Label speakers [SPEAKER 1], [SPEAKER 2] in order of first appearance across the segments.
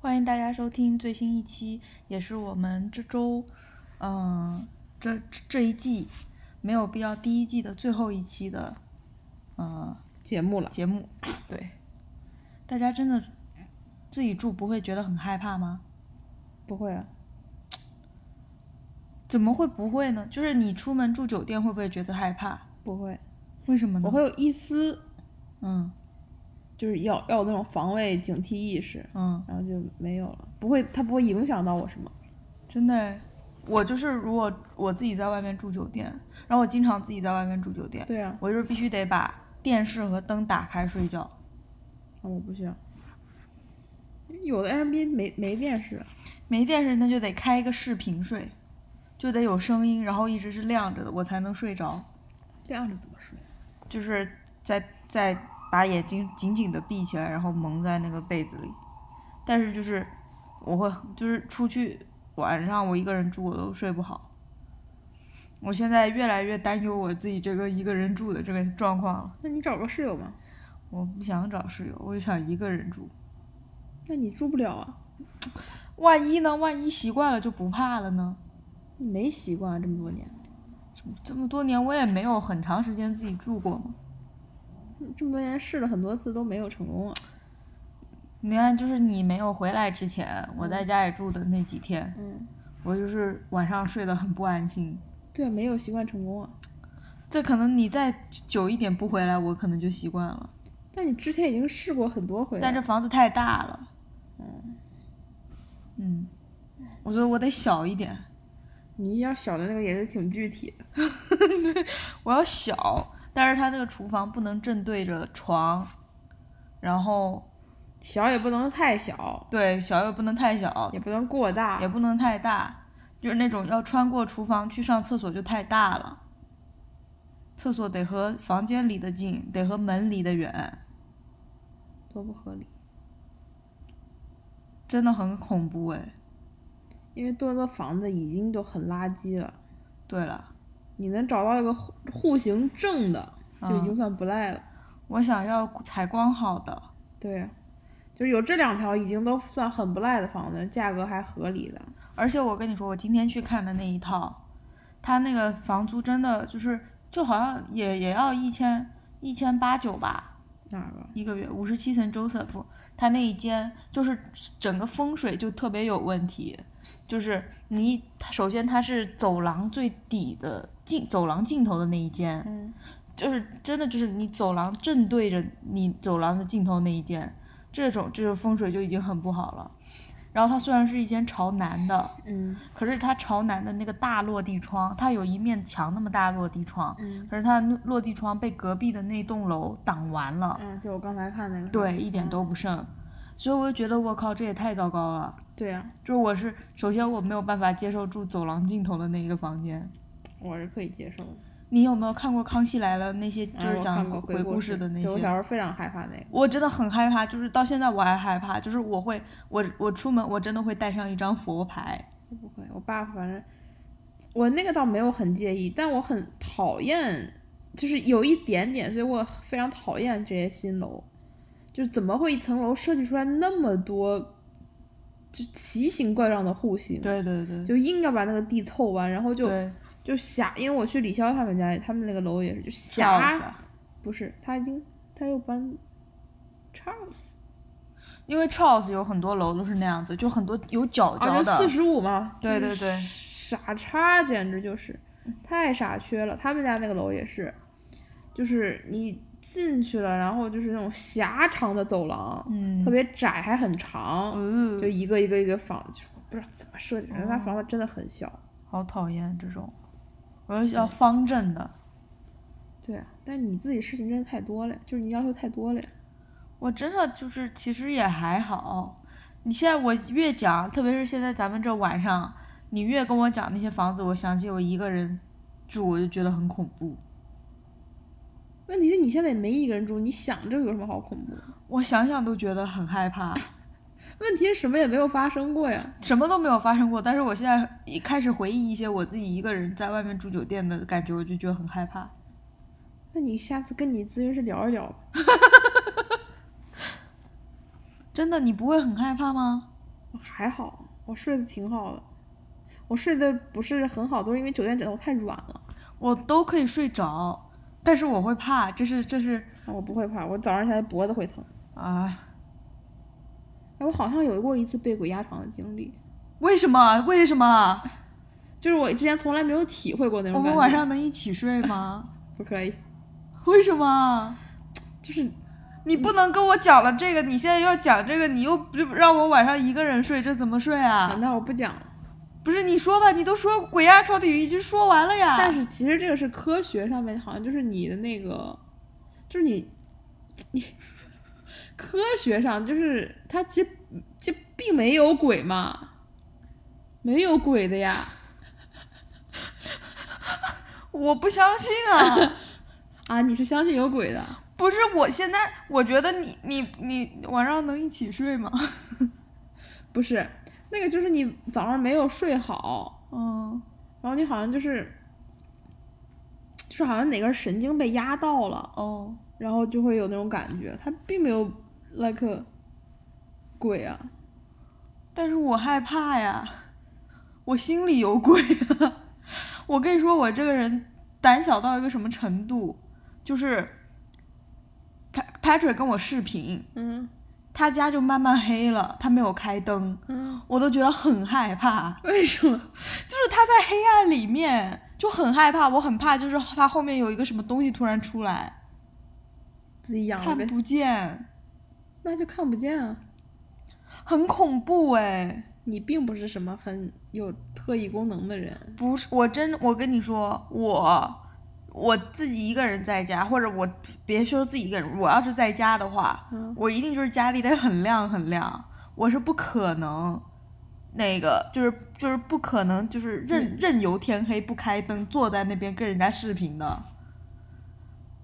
[SPEAKER 1] 欢迎大家收听最新一期，也是我们这周，嗯、这这一季没有必要第一季的最后一期的，嗯、
[SPEAKER 2] 节目了。
[SPEAKER 1] 节目。对，大家真的自己住不会觉得很害怕吗？
[SPEAKER 2] 不会啊，
[SPEAKER 1] 怎么会不会呢？就是你出门住酒店会不会觉得害怕？
[SPEAKER 2] 不会，
[SPEAKER 1] 为什么呢？
[SPEAKER 2] 我会，有一丝
[SPEAKER 1] 嗯
[SPEAKER 2] 就是要要有那种防卫警惕意识，
[SPEAKER 1] 嗯，
[SPEAKER 2] 然后就没有了。不会，它不会影响到我什么。
[SPEAKER 1] 真的，我就是如果我自己在外面住酒店，然后我经常自己在外面住酒店，
[SPEAKER 2] 对啊，
[SPEAKER 1] 我就是必须得把电视和灯打开睡觉。
[SPEAKER 2] 啊我不需要。有的 Airbnb 没没电视，啊
[SPEAKER 1] 没电视那就得开一个视频睡，就得有声音，然后一直是亮着的，我才能睡着。
[SPEAKER 2] 亮着怎么睡？啊
[SPEAKER 1] 就是在在把眼睛紧紧的闭起来，然后蒙在那个被子里。但是就是我会就是出去晚上我一个人住我都睡不好。我现在越来越担忧我自己这个一个人住的这个状况了。
[SPEAKER 2] 那你找个室友嘛？
[SPEAKER 1] 我不想找室友，我就想一个人住。
[SPEAKER 2] 那你住不了啊，
[SPEAKER 1] 万一呢？万一习惯了就不怕了呢？
[SPEAKER 2] 你没习惯啊这么多年，
[SPEAKER 1] 这么多年我也没有很长时间自己住过嘛。
[SPEAKER 2] 这么多年试了很多次都没有成功啊。
[SPEAKER 1] 你看，就是你没有回来之前，我在家里住的那几天，
[SPEAKER 2] 嗯，
[SPEAKER 1] 我就是晚上睡得很不安心。
[SPEAKER 2] 对啊，没有习惯成功啊。
[SPEAKER 1] 这可能你再久一点不回来，我可能就习惯了。
[SPEAKER 2] 但你之前已经试过很多回了，
[SPEAKER 1] 但这房子太大了，
[SPEAKER 2] 嗯，
[SPEAKER 1] 嗯，我觉得我得小一点，
[SPEAKER 2] 你要小的那个也是挺具体的。
[SPEAKER 1] 我要小，但是它那个厨房不能正对着床，然后
[SPEAKER 2] 小也不能太小，
[SPEAKER 1] 对小又不能太小
[SPEAKER 2] 也，不能过大，
[SPEAKER 1] 也不能太大，就是那种要穿过厨房去上厕所就太大了。厕所得和房间离得近，得和门离得远，
[SPEAKER 2] 多不合理。
[SPEAKER 1] 真的很恐怖哎。
[SPEAKER 2] 因为多伦多房子已经都很垃圾了，
[SPEAKER 1] 对了，
[SPEAKER 2] 你能找到一个户户型正的，就已
[SPEAKER 1] 嗯
[SPEAKER 2] 经算不赖了。
[SPEAKER 1] 我想要采光好的，
[SPEAKER 2] 对啊，就是有这两条已经都算很不赖的房子，价格还合理的。
[SPEAKER 1] 而且我跟你说，我今天去看的那一套，它那个房租真的就是就好像也也要一千一千八九吧
[SPEAKER 2] 哪儿个？
[SPEAKER 1] 一个月，五十七层 Joseph，它那一间就是整个风水就特别有问题，就是你它首先它是走廊最底的尽走廊尽头的那一间，
[SPEAKER 2] 嗯，
[SPEAKER 1] 就是真的就是你走廊正对着你走廊的尽头那一间，这种就是风水就已经很不好了。然后它虽然是一间朝南的，
[SPEAKER 2] 嗯
[SPEAKER 1] 可是它朝南的那个大落地窗，它有一面墙那么大落地窗，
[SPEAKER 2] 嗯
[SPEAKER 1] 可是它的落地窗被隔壁的那栋楼挡完了，
[SPEAKER 2] 嗯，就我刚才看那个。
[SPEAKER 1] 对，一点都不剩，所以我就觉得我靠，这也太糟糕了。
[SPEAKER 2] 对啊，
[SPEAKER 1] 就是我是首先我没有办法接受住走廊尽头的那一个房间。
[SPEAKER 2] 我是可以接受的。
[SPEAKER 1] 你有没有看过《康熙来了》那些就
[SPEAKER 2] 啊
[SPEAKER 1] 是
[SPEAKER 2] 我
[SPEAKER 1] 讲
[SPEAKER 2] 看过
[SPEAKER 1] 鬼故
[SPEAKER 2] 故
[SPEAKER 1] 事的那
[SPEAKER 2] 对我小
[SPEAKER 1] 些？
[SPEAKER 2] 时候非常害怕那个。
[SPEAKER 1] 我真的很害怕，就是到现在我还害怕，就是我会我我出门我真的会带上一张佛牌，
[SPEAKER 2] 我不会，我爸反正我那个倒没有很介意，但我很讨厌，就是有一点点，所以我非常讨厌这些新楼，就是怎么会一层楼设计出来那么多就奇形怪状的户型？，
[SPEAKER 1] 对对对，
[SPEAKER 2] 就硬要把那个地凑完，然后就
[SPEAKER 1] 对
[SPEAKER 2] 就狭，因为我去李潇他们家，他们那个楼也是就
[SPEAKER 1] 跳一
[SPEAKER 2] 狭，
[SPEAKER 1] 下。
[SPEAKER 2] 不是他已经他又搬 Charles
[SPEAKER 1] 因为 Charles 有很多楼都是那样子，就很多有角角
[SPEAKER 2] 啊，
[SPEAKER 1] 的。
[SPEAKER 2] 就四十五嘛，
[SPEAKER 1] 对对
[SPEAKER 2] 就是
[SPEAKER 1] 对
[SPEAKER 2] 傻叉简直就是太傻缺了。他们家那个楼也是，就是你进去了，然后就是那种狭长的走廊，
[SPEAKER 1] 嗯，
[SPEAKER 2] 特别窄还很长，
[SPEAKER 1] 嗯
[SPEAKER 2] 就一个一个一个房，就不知道怎么设计，反正他
[SPEAKER 1] 哦
[SPEAKER 2] 房子真的很小。
[SPEAKER 1] 好讨厌这种，我要要方正的。
[SPEAKER 2] 对啊，但是你自己事情真的太多了，就是你要求太多了。
[SPEAKER 1] 我真的就是其实也还好。你现在我越讲，特别是现在咱们这晚上，你越跟我讲那些房子，我想起我一个人住，我就觉得很恐怖。
[SPEAKER 2] 问题是你现在也没一个人住，你想这个有什么好恐怖的？
[SPEAKER 1] 我想想都觉得很害怕，
[SPEAKER 2] 问题是什么也没有发生过呀。
[SPEAKER 1] 什么都没有发生过。但是我现在一开始回忆一些我自己一个人在外面住酒店的感觉，我就觉得很害怕。
[SPEAKER 2] 那你下次跟你咨询师聊一聊吧。
[SPEAKER 1] 真的，你不会很害怕吗？
[SPEAKER 2] 我还好，我睡得挺好的。我睡得不是很好，都是因为酒店枕头太软了。
[SPEAKER 1] 我都可以睡着，但是我会怕，这是这是
[SPEAKER 2] 我不会怕，我早上起来脖子会疼。
[SPEAKER 1] 啊，
[SPEAKER 2] 哎，我好像有过一次被鬼压床的经历，
[SPEAKER 1] 为什么为什么？
[SPEAKER 2] 就是我之前从来没有体会过那
[SPEAKER 1] 我
[SPEAKER 2] 种感
[SPEAKER 1] 们
[SPEAKER 2] 觉。
[SPEAKER 1] 晚上能一起睡吗？
[SPEAKER 2] 不可以，
[SPEAKER 1] 为什么？
[SPEAKER 2] 就是
[SPEAKER 1] 你不能跟我讲了这个，你现在要讲这个，你又不让我晚上一个人睡，这怎么睡
[SPEAKER 2] 啊，
[SPEAKER 1] 啊？
[SPEAKER 2] 那我不讲了。
[SPEAKER 1] 不是你说吧，你都说鬼压床的已经说完了呀。
[SPEAKER 2] 但是其实这个是科学上面，好像就是你的那个，就是你，你科学上就是它其实这并没有鬼嘛，没有鬼的呀
[SPEAKER 1] 我不相信啊，
[SPEAKER 2] 啊！你是相信有鬼的？
[SPEAKER 1] 不是我现在我觉得你你你晚上能一起睡 吗？
[SPEAKER 2] 不是，那个就是你早上没有睡好，
[SPEAKER 1] 嗯，
[SPEAKER 2] 然后你好像就是，就是好像哪根神经被压到了，
[SPEAKER 1] 哦，
[SPEAKER 2] 然后就会有那种感觉，它并没有 like a 鬼啊。
[SPEAKER 1] 但是我害怕呀，我心里有鬼 啊！我跟你说，我这个人胆小到一个什么程度，就是，Pa- Patrick 跟我视频，
[SPEAKER 2] 嗯
[SPEAKER 1] 他家就慢慢黑了，他没有开灯，
[SPEAKER 2] 嗯，
[SPEAKER 1] 我都觉得很害怕，
[SPEAKER 2] 为什么？
[SPEAKER 1] 就是他在黑暗里面就很害怕，我很怕，就是他后面有一个什么东西突然出来，
[SPEAKER 2] 自己养了
[SPEAKER 1] 看
[SPEAKER 2] 呗，
[SPEAKER 1] 不见，
[SPEAKER 2] 那就看不见啊。
[SPEAKER 1] 很恐怖哎、
[SPEAKER 2] 你并不是什么很有特异功能的人，
[SPEAKER 1] 不是，我真，我跟你说，我我自己一个人在家，或者我别说自己一个人，我要是在家的话，
[SPEAKER 2] 嗯
[SPEAKER 1] 我一定就是家里得很亮很亮，我是不可能。那个就是就是不可能，就是
[SPEAKER 2] 嗯
[SPEAKER 1] 任任由天黑不开灯，坐在那边跟人家视频的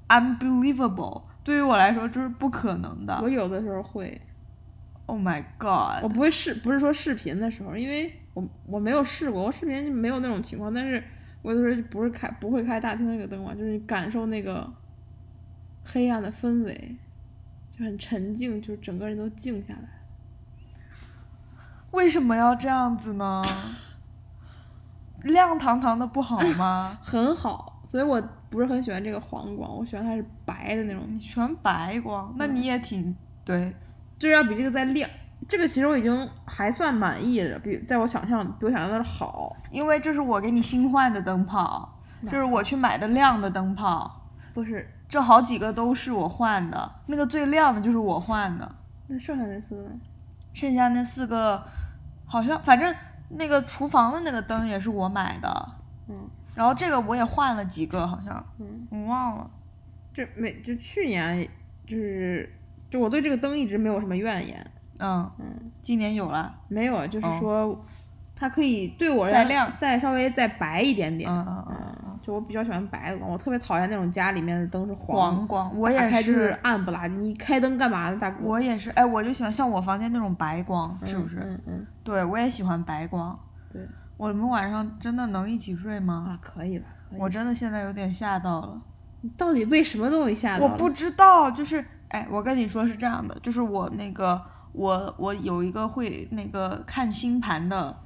[SPEAKER 1] ，unbelievable。对于我来说，就是不可能的
[SPEAKER 2] 我。有的时候会，
[SPEAKER 1] Oh my
[SPEAKER 2] 我
[SPEAKER 1] god！
[SPEAKER 2] 不会视，不是说视频的时候，因为我我没有试过，我视频就没有那种情况，但是我有的时候不是开不会开大厅那个灯嘛，就是感受那个黑暗的氛围，就很沉静，就是整个人都静下来。
[SPEAKER 1] 为什么要这样子 呢？亮堂堂的不好吗？
[SPEAKER 2] 很好，所以我不是很喜欢这个黄光，我喜欢它是白的那种，
[SPEAKER 1] 你全白光，那你也挺对。
[SPEAKER 2] 就是要比这个再亮。这个其实我已经还算满意了，比在我想象比我想象的好。
[SPEAKER 1] 因为这是我给你新换的灯泡，这是我去买的亮的灯泡，
[SPEAKER 2] 不是，
[SPEAKER 1] 这好几个都是我换的，那个最亮的就是我换的，
[SPEAKER 2] 那剩下那四个呢？
[SPEAKER 1] 剩下那四个好像反正那个厨房的那个灯也是我买的，
[SPEAKER 2] 嗯
[SPEAKER 1] 然后这个我也换了几个，好像
[SPEAKER 2] 嗯，
[SPEAKER 1] 我忘了。
[SPEAKER 2] 这每就去年就是就我对这个灯一直没有什么怨言，
[SPEAKER 1] 嗯，
[SPEAKER 2] 嗯，
[SPEAKER 1] 今年有了，
[SPEAKER 2] 没有，就是
[SPEAKER 1] 哦
[SPEAKER 2] 说、它可以对我
[SPEAKER 1] 再
[SPEAKER 2] 来
[SPEAKER 1] 亮
[SPEAKER 2] 再稍微再白一点点。
[SPEAKER 1] 嗯嗯嗯，
[SPEAKER 2] 嗯，就我比较喜欢白的光，我特别讨厌那种家里面的灯是
[SPEAKER 1] 黄
[SPEAKER 2] 黄，
[SPEAKER 1] 光，我
[SPEAKER 2] 我
[SPEAKER 1] 也，
[SPEAKER 2] 开就是暗不拉几，你开灯干嘛呢，大哥？
[SPEAKER 1] 我也是，哎，我就喜欢像我房间那种白光，是不是？
[SPEAKER 2] 嗯嗯
[SPEAKER 1] 对，我也喜欢白光。
[SPEAKER 2] 对，
[SPEAKER 1] 我们晚上真的能一起睡
[SPEAKER 2] 嗯
[SPEAKER 1] 吗？
[SPEAKER 2] 啊，可以吧？可以。
[SPEAKER 1] 我真的现在有点吓到了。
[SPEAKER 2] 你到底为什么都会吓到
[SPEAKER 1] 我
[SPEAKER 2] 了？
[SPEAKER 1] 不知道，就是哎，我跟你说是这样的，就是我那个我我有一个会那个看星盘的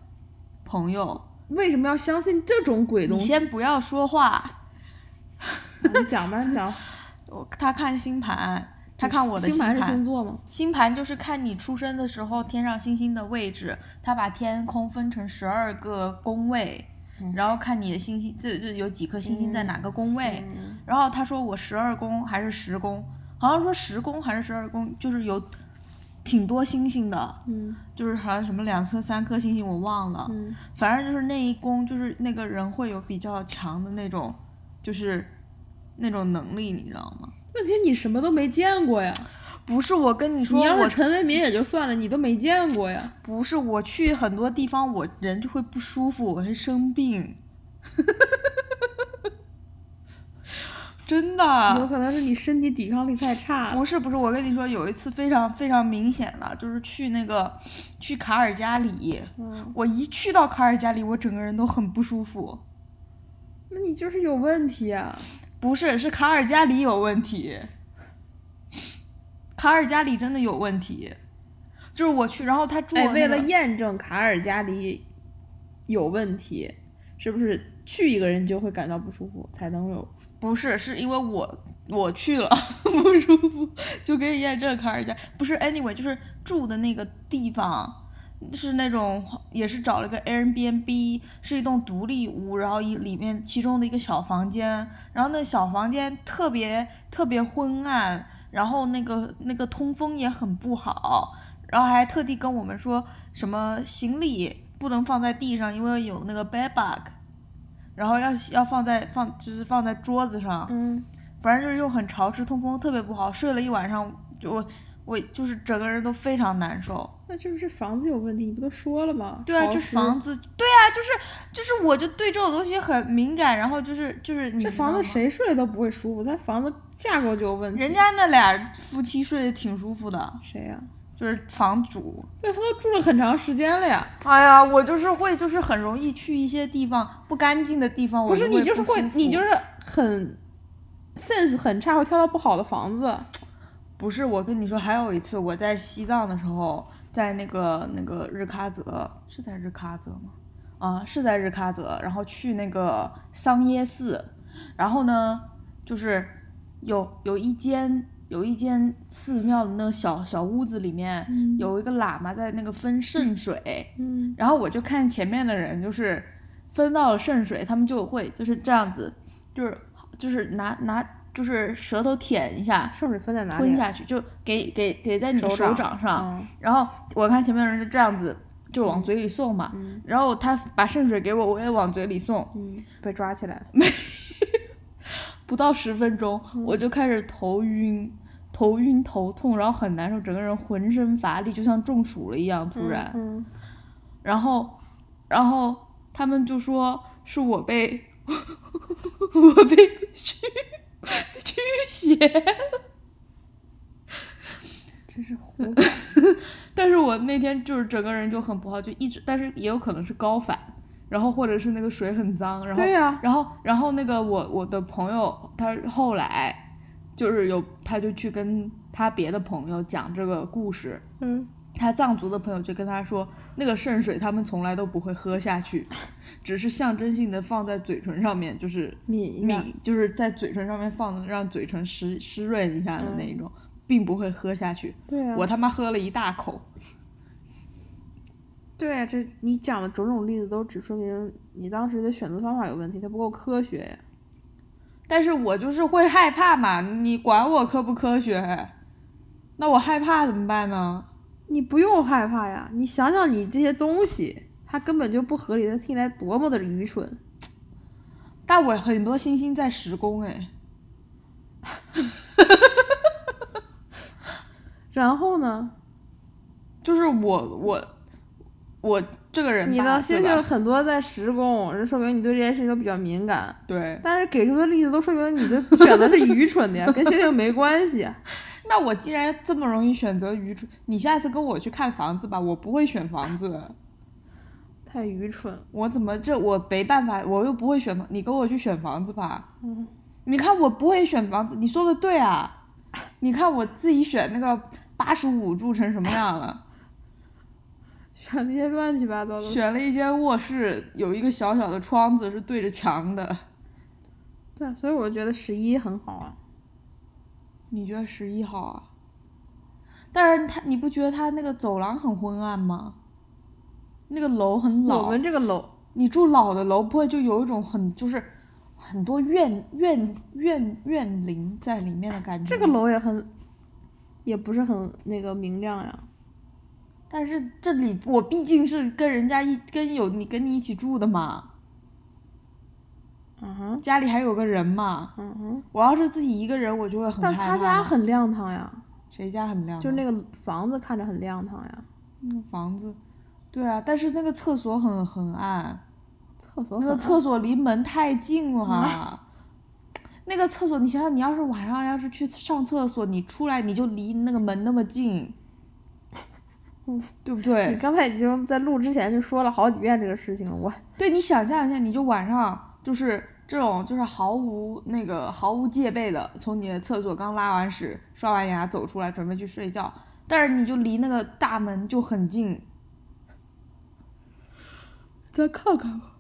[SPEAKER 1] 朋友，
[SPEAKER 2] 为什么要相信这种鬼
[SPEAKER 1] 你
[SPEAKER 2] 东西？
[SPEAKER 1] 先不要说话，
[SPEAKER 2] 你讲吧，你讲。
[SPEAKER 1] 我他看星盘， 他看我的
[SPEAKER 2] 星盘是
[SPEAKER 1] 盘
[SPEAKER 2] 星座吗？
[SPEAKER 1] 星盘就是看你出生的时候天上星星的位置，它把天空分成十二个宫位，
[SPEAKER 2] 嗯
[SPEAKER 1] 然后看你的星星，这这有几颗星星在哪个宫位。
[SPEAKER 2] 嗯
[SPEAKER 1] 然后他说我十二宫还是十宫，好像说十宫还是十二宫，就是有挺多星星的，
[SPEAKER 2] 嗯
[SPEAKER 1] 就是好像什么两颗三颗星星我忘了，
[SPEAKER 2] 嗯
[SPEAKER 1] 反正就是那一宫就是那个人会有比较强的那种，就是那种能力，你知道吗？
[SPEAKER 2] 问题你什么都没见过呀！
[SPEAKER 1] 不是我跟你说，
[SPEAKER 2] 你要
[SPEAKER 1] 我
[SPEAKER 2] 是陈为民也就算了，你都没见过呀！
[SPEAKER 1] 不是我去很多地方，我人就会不舒服，我会生病。真
[SPEAKER 2] 有
[SPEAKER 1] 的
[SPEAKER 2] 可能是你身体抵抗力太差了。
[SPEAKER 1] 不是不是，我跟你说，有一次非常非常明显的，就是去那个去卡尔加里，
[SPEAKER 2] 嗯，
[SPEAKER 1] 我一去到卡尔加里，我整个人都很不舒服。
[SPEAKER 2] 那你就是有问题啊！
[SPEAKER 1] 不是，是卡尔加里有问题，卡尔加里真的有问题，就是我去，然后他啊住、那
[SPEAKER 2] 哎，
[SPEAKER 1] 个
[SPEAKER 2] 为了验证卡尔加里有问题，是不是去一个人就会感到不舒服，才能有
[SPEAKER 1] 不是，是因为我我去了 不舒服，就可以验证卡尔加。不是，anyway，就是住的那个地方是那种，也是找了个 Airbnb，是一栋独立屋，然后一里面其中的一个小房间，然后那小房间特别特别昏暗，然后那个那个通风也很不好，然后还特地跟我们说什么行李不能放在地上，因为有那个 bed bug。然后要要放在放就是放在桌子上，
[SPEAKER 2] 嗯
[SPEAKER 1] 反正就是又很潮湿，通风特别不好，睡了一晚上，就我我就是整个人都非常难受。
[SPEAKER 2] 那就是房子有问题，你不都说了吗？
[SPEAKER 1] 对啊，
[SPEAKER 2] 潮
[SPEAKER 1] 这
[SPEAKER 2] 湿
[SPEAKER 1] 房子，对啊，就是就是我就对这种东西很敏感，然后就是就是你
[SPEAKER 2] 这
[SPEAKER 1] 知
[SPEAKER 2] 房
[SPEAKER 1] 道
[SPEAKER 2] 子
[SPEAKER 1] 吗
[SPEAKER 2] 谁睡了都不会舒服，但房子架构就有问题。
[SPEAKER 1] 人家那俩夫妻睡得挺舒服的，
[SPEAKER 2] 谁呀、
[SPEAKER 1] 就是房主。
[SPEAKER 2] 对他都住了很长时间了呀。
[SPEAKER 1] 哎呀，我就是会就是很容易去一些地方不干净的地方，
[SPEAKER 2] 不
[SPEAKER 1] 我
[SPEAKER 2] 是你就是会
[SPEAKER 1] 不舒，服
[SPEAKER 2] 你就是很 sense 很差，会挑到不好的房子。
[SPEAKER 1] 不是，我跟你说，还有一次我在西藏的时候，在那个那个日喀则，是在日喀则吗？啊，是在日喀则，然后去那个桑耶寺，然后呢，就是有有一间有一间寺庙的那个小小屋子里面、
[SPEAKER 2] 嗯
[SPEAKER 1] 有一个喇嘛在那个分圣水，
[SPEAKER 2] 嗯
[SPEAKER 1] 然后我就看前面的人，就是分到了圣水，他们就会就是这样子，就是就是拿拿就是舌头舔一下，
[SPEAKER 2] 圣水分在哪里？
[SPEAKER 1] 吞下去，就给给给在你
[SPEAKER 2] 手
[SPEAKER 1] 手
[SPEAKER 2] 掌
[SPEAKER 1] 掌上。
[SPEAKER 2] 嗯
[SPEAKER 1] 然后我看前面的人就这样子，就往嘴里送嘛。
[SPEAKER 2] 嗯
[SPEAKER 1] 然后他把圣水给我，我也往嘴里送。
[SPEAKER 2] 嗯，被抓起来了。
[SPEAKER 1] 不到十分钟，
[SPEAKER 2] 嗯
[SPEAKER 1] 我就开始头晕，头晕头痛，然后很难受，整个人浑身乏力，就像中暑了一样，突然。
[SPEAKER 2] 嗯，
[SPEAKER 1] 然后，然后他们就说是我被 我被驱驱邪。
[SPEAKER 2] 真是胡 搞。
[SPEAKER 1] 但是我那天就是整个人就很不好，就一直，但是也有可能是高反，然后或者是那个水很脏，然后
[SPEAKER 2] 对呀、
[SPEAKER 1] 然后然后那个我我的朋友他后来就是有他就去跟他别的朋友讲这个故事，
[SPEAKER 2] 嗯，
[SPEAKER 1] 他藏族的朋友就跟他说，那个圣水他们从来都不会喝下去， 只是象征性的放在嘴唇上面，就是
[SPEAKER 2] 抿一下
[SPEAKER 1] 抿，就是在嘴唇上面放的，让嘴唇湿湿润一下的那
[SPEAKER 2] 嗯
[SPEAKER 1] 一种，并不会喝下去。
[SPEAKER 2] 对呀、
[SPEAKER 1] 我他妈喝了一大口。
[SPEAKER 2] 对呀、这你讲的种种例子都只说明你当时的选择方法有问题，它不够科学呀。
[SPEAKER 1] 但是我就是会害怕嘛，你管我科不科学？那我害怕怎么办呢？
[SPEAKER 2] 你不用害怕呀，你想想你这些东西，它根本就不合理，它听起来多么的愚蠢。
[SPEAKER 1] 但我很多星星在时宫哎，
[SPEAKER 2] 然后呢，
[SPEAKER 1] 就是我我我这个人吧，
[SPEAKER 2] 你的星
[SPEAKER 1] 对
[SPEAKER 2] 星
[SPEAKER 1] 吧
[SPEAKER 2] 很多在时宫，这说明你对这些事情都比较敏感。
[SPEAKER 1] 对，
[SPEAKER 2] 但是给出的例子都说明你的选择是愚蠢的呀，跟星星没关系。
[SPEAKER 1] 那我既然这么容易选择愚蠢，你下次跟我去看房子吧，我不会选房子的，
[SPEAKER 2] 太愚蠢了。
[SPEAKER 1] 我怎么这我没办法，我又不会选房，你跟我去选房子吧。
[SPEAKER 2] 嗯，
[SPEAKER 1] 你看我不会选房子，你说的对啊，你看我自己选那个八十五住成什么样了。
[SPEAKER 2] 选那些乱七八糟的。
[SPEAKER 1] 选了一间卧室，有一个小小的窗子是对着墙的。
[SPEAKER 2] 对啊，所以我觉得十一很好啊。
[SPEAKER 1] 你觉得十一号啊？但是他，你不觉得他那个走廊很昏暗吗？那个楼很
[SPEAKER 2] 我
[SPEAKER 1] 老，
[SPEAKER 2] 们这个楼，
[SPEAKER 1] 你住老的楼，不会就有一种很就是很多怨怨怨怨灵在里面的感觉？
[SPEAKER 2] 这个，楼也很，也不是很那个明亮呀。
[SPEAKER 1] 但是这里我毕竟是跟人家一跟有你跟你一起住的嘛，
[SPEAKER 2] 嗯哼，
[SPEAKER 1] 家里还有个人嘛。
[SPEAKER 2] 嗯哼。
[SPEAKER 1] 我要是自己一个人，我就会很害
[SPEAKER 2] 但
[SPEAKER 1] 怕
[SPEAKER 2] 他
[SPEAKER 1] 嘛。
[SPEAKER 2] 家很亮堂呀，
[SPEAKER 1] 谁家很亮啊？
[SPEAKER 2] 就是那个房子看着很亮堂呀，
[SPEAKER 1] 那个房子，对啊，但是那个厕所很很暗，
[SPEAKER 2] 厕
[SPEAKER 1] 那
[SPEAKER 2] 所很
[SPEAKER 1] 个
[SPEAKER 2] 暗
[SPEAKER 1] 厕所离门太近
[SPEAKER 2] 嗯
[SPEAKER 1] 了。 那个厕所，你想想，你要是晚上要是去上厕所，你出来你就离那个门那么 近，对不
[SPEAKER 2] 你
[SPEAKER 1] 对？
[SPEAKER 2] 刚才已经在录之前就说了好几遍这个事情了，我
[SPEAKER 1] 对你想象一下，你就晚上就是这种就是毫无那个毫无戒备的，从你的厕所刚拉完屎、刷完牙走出来，准备去睡觉，但是你就离那个大门就很近。
[SPEAKER 2] 再看看吧。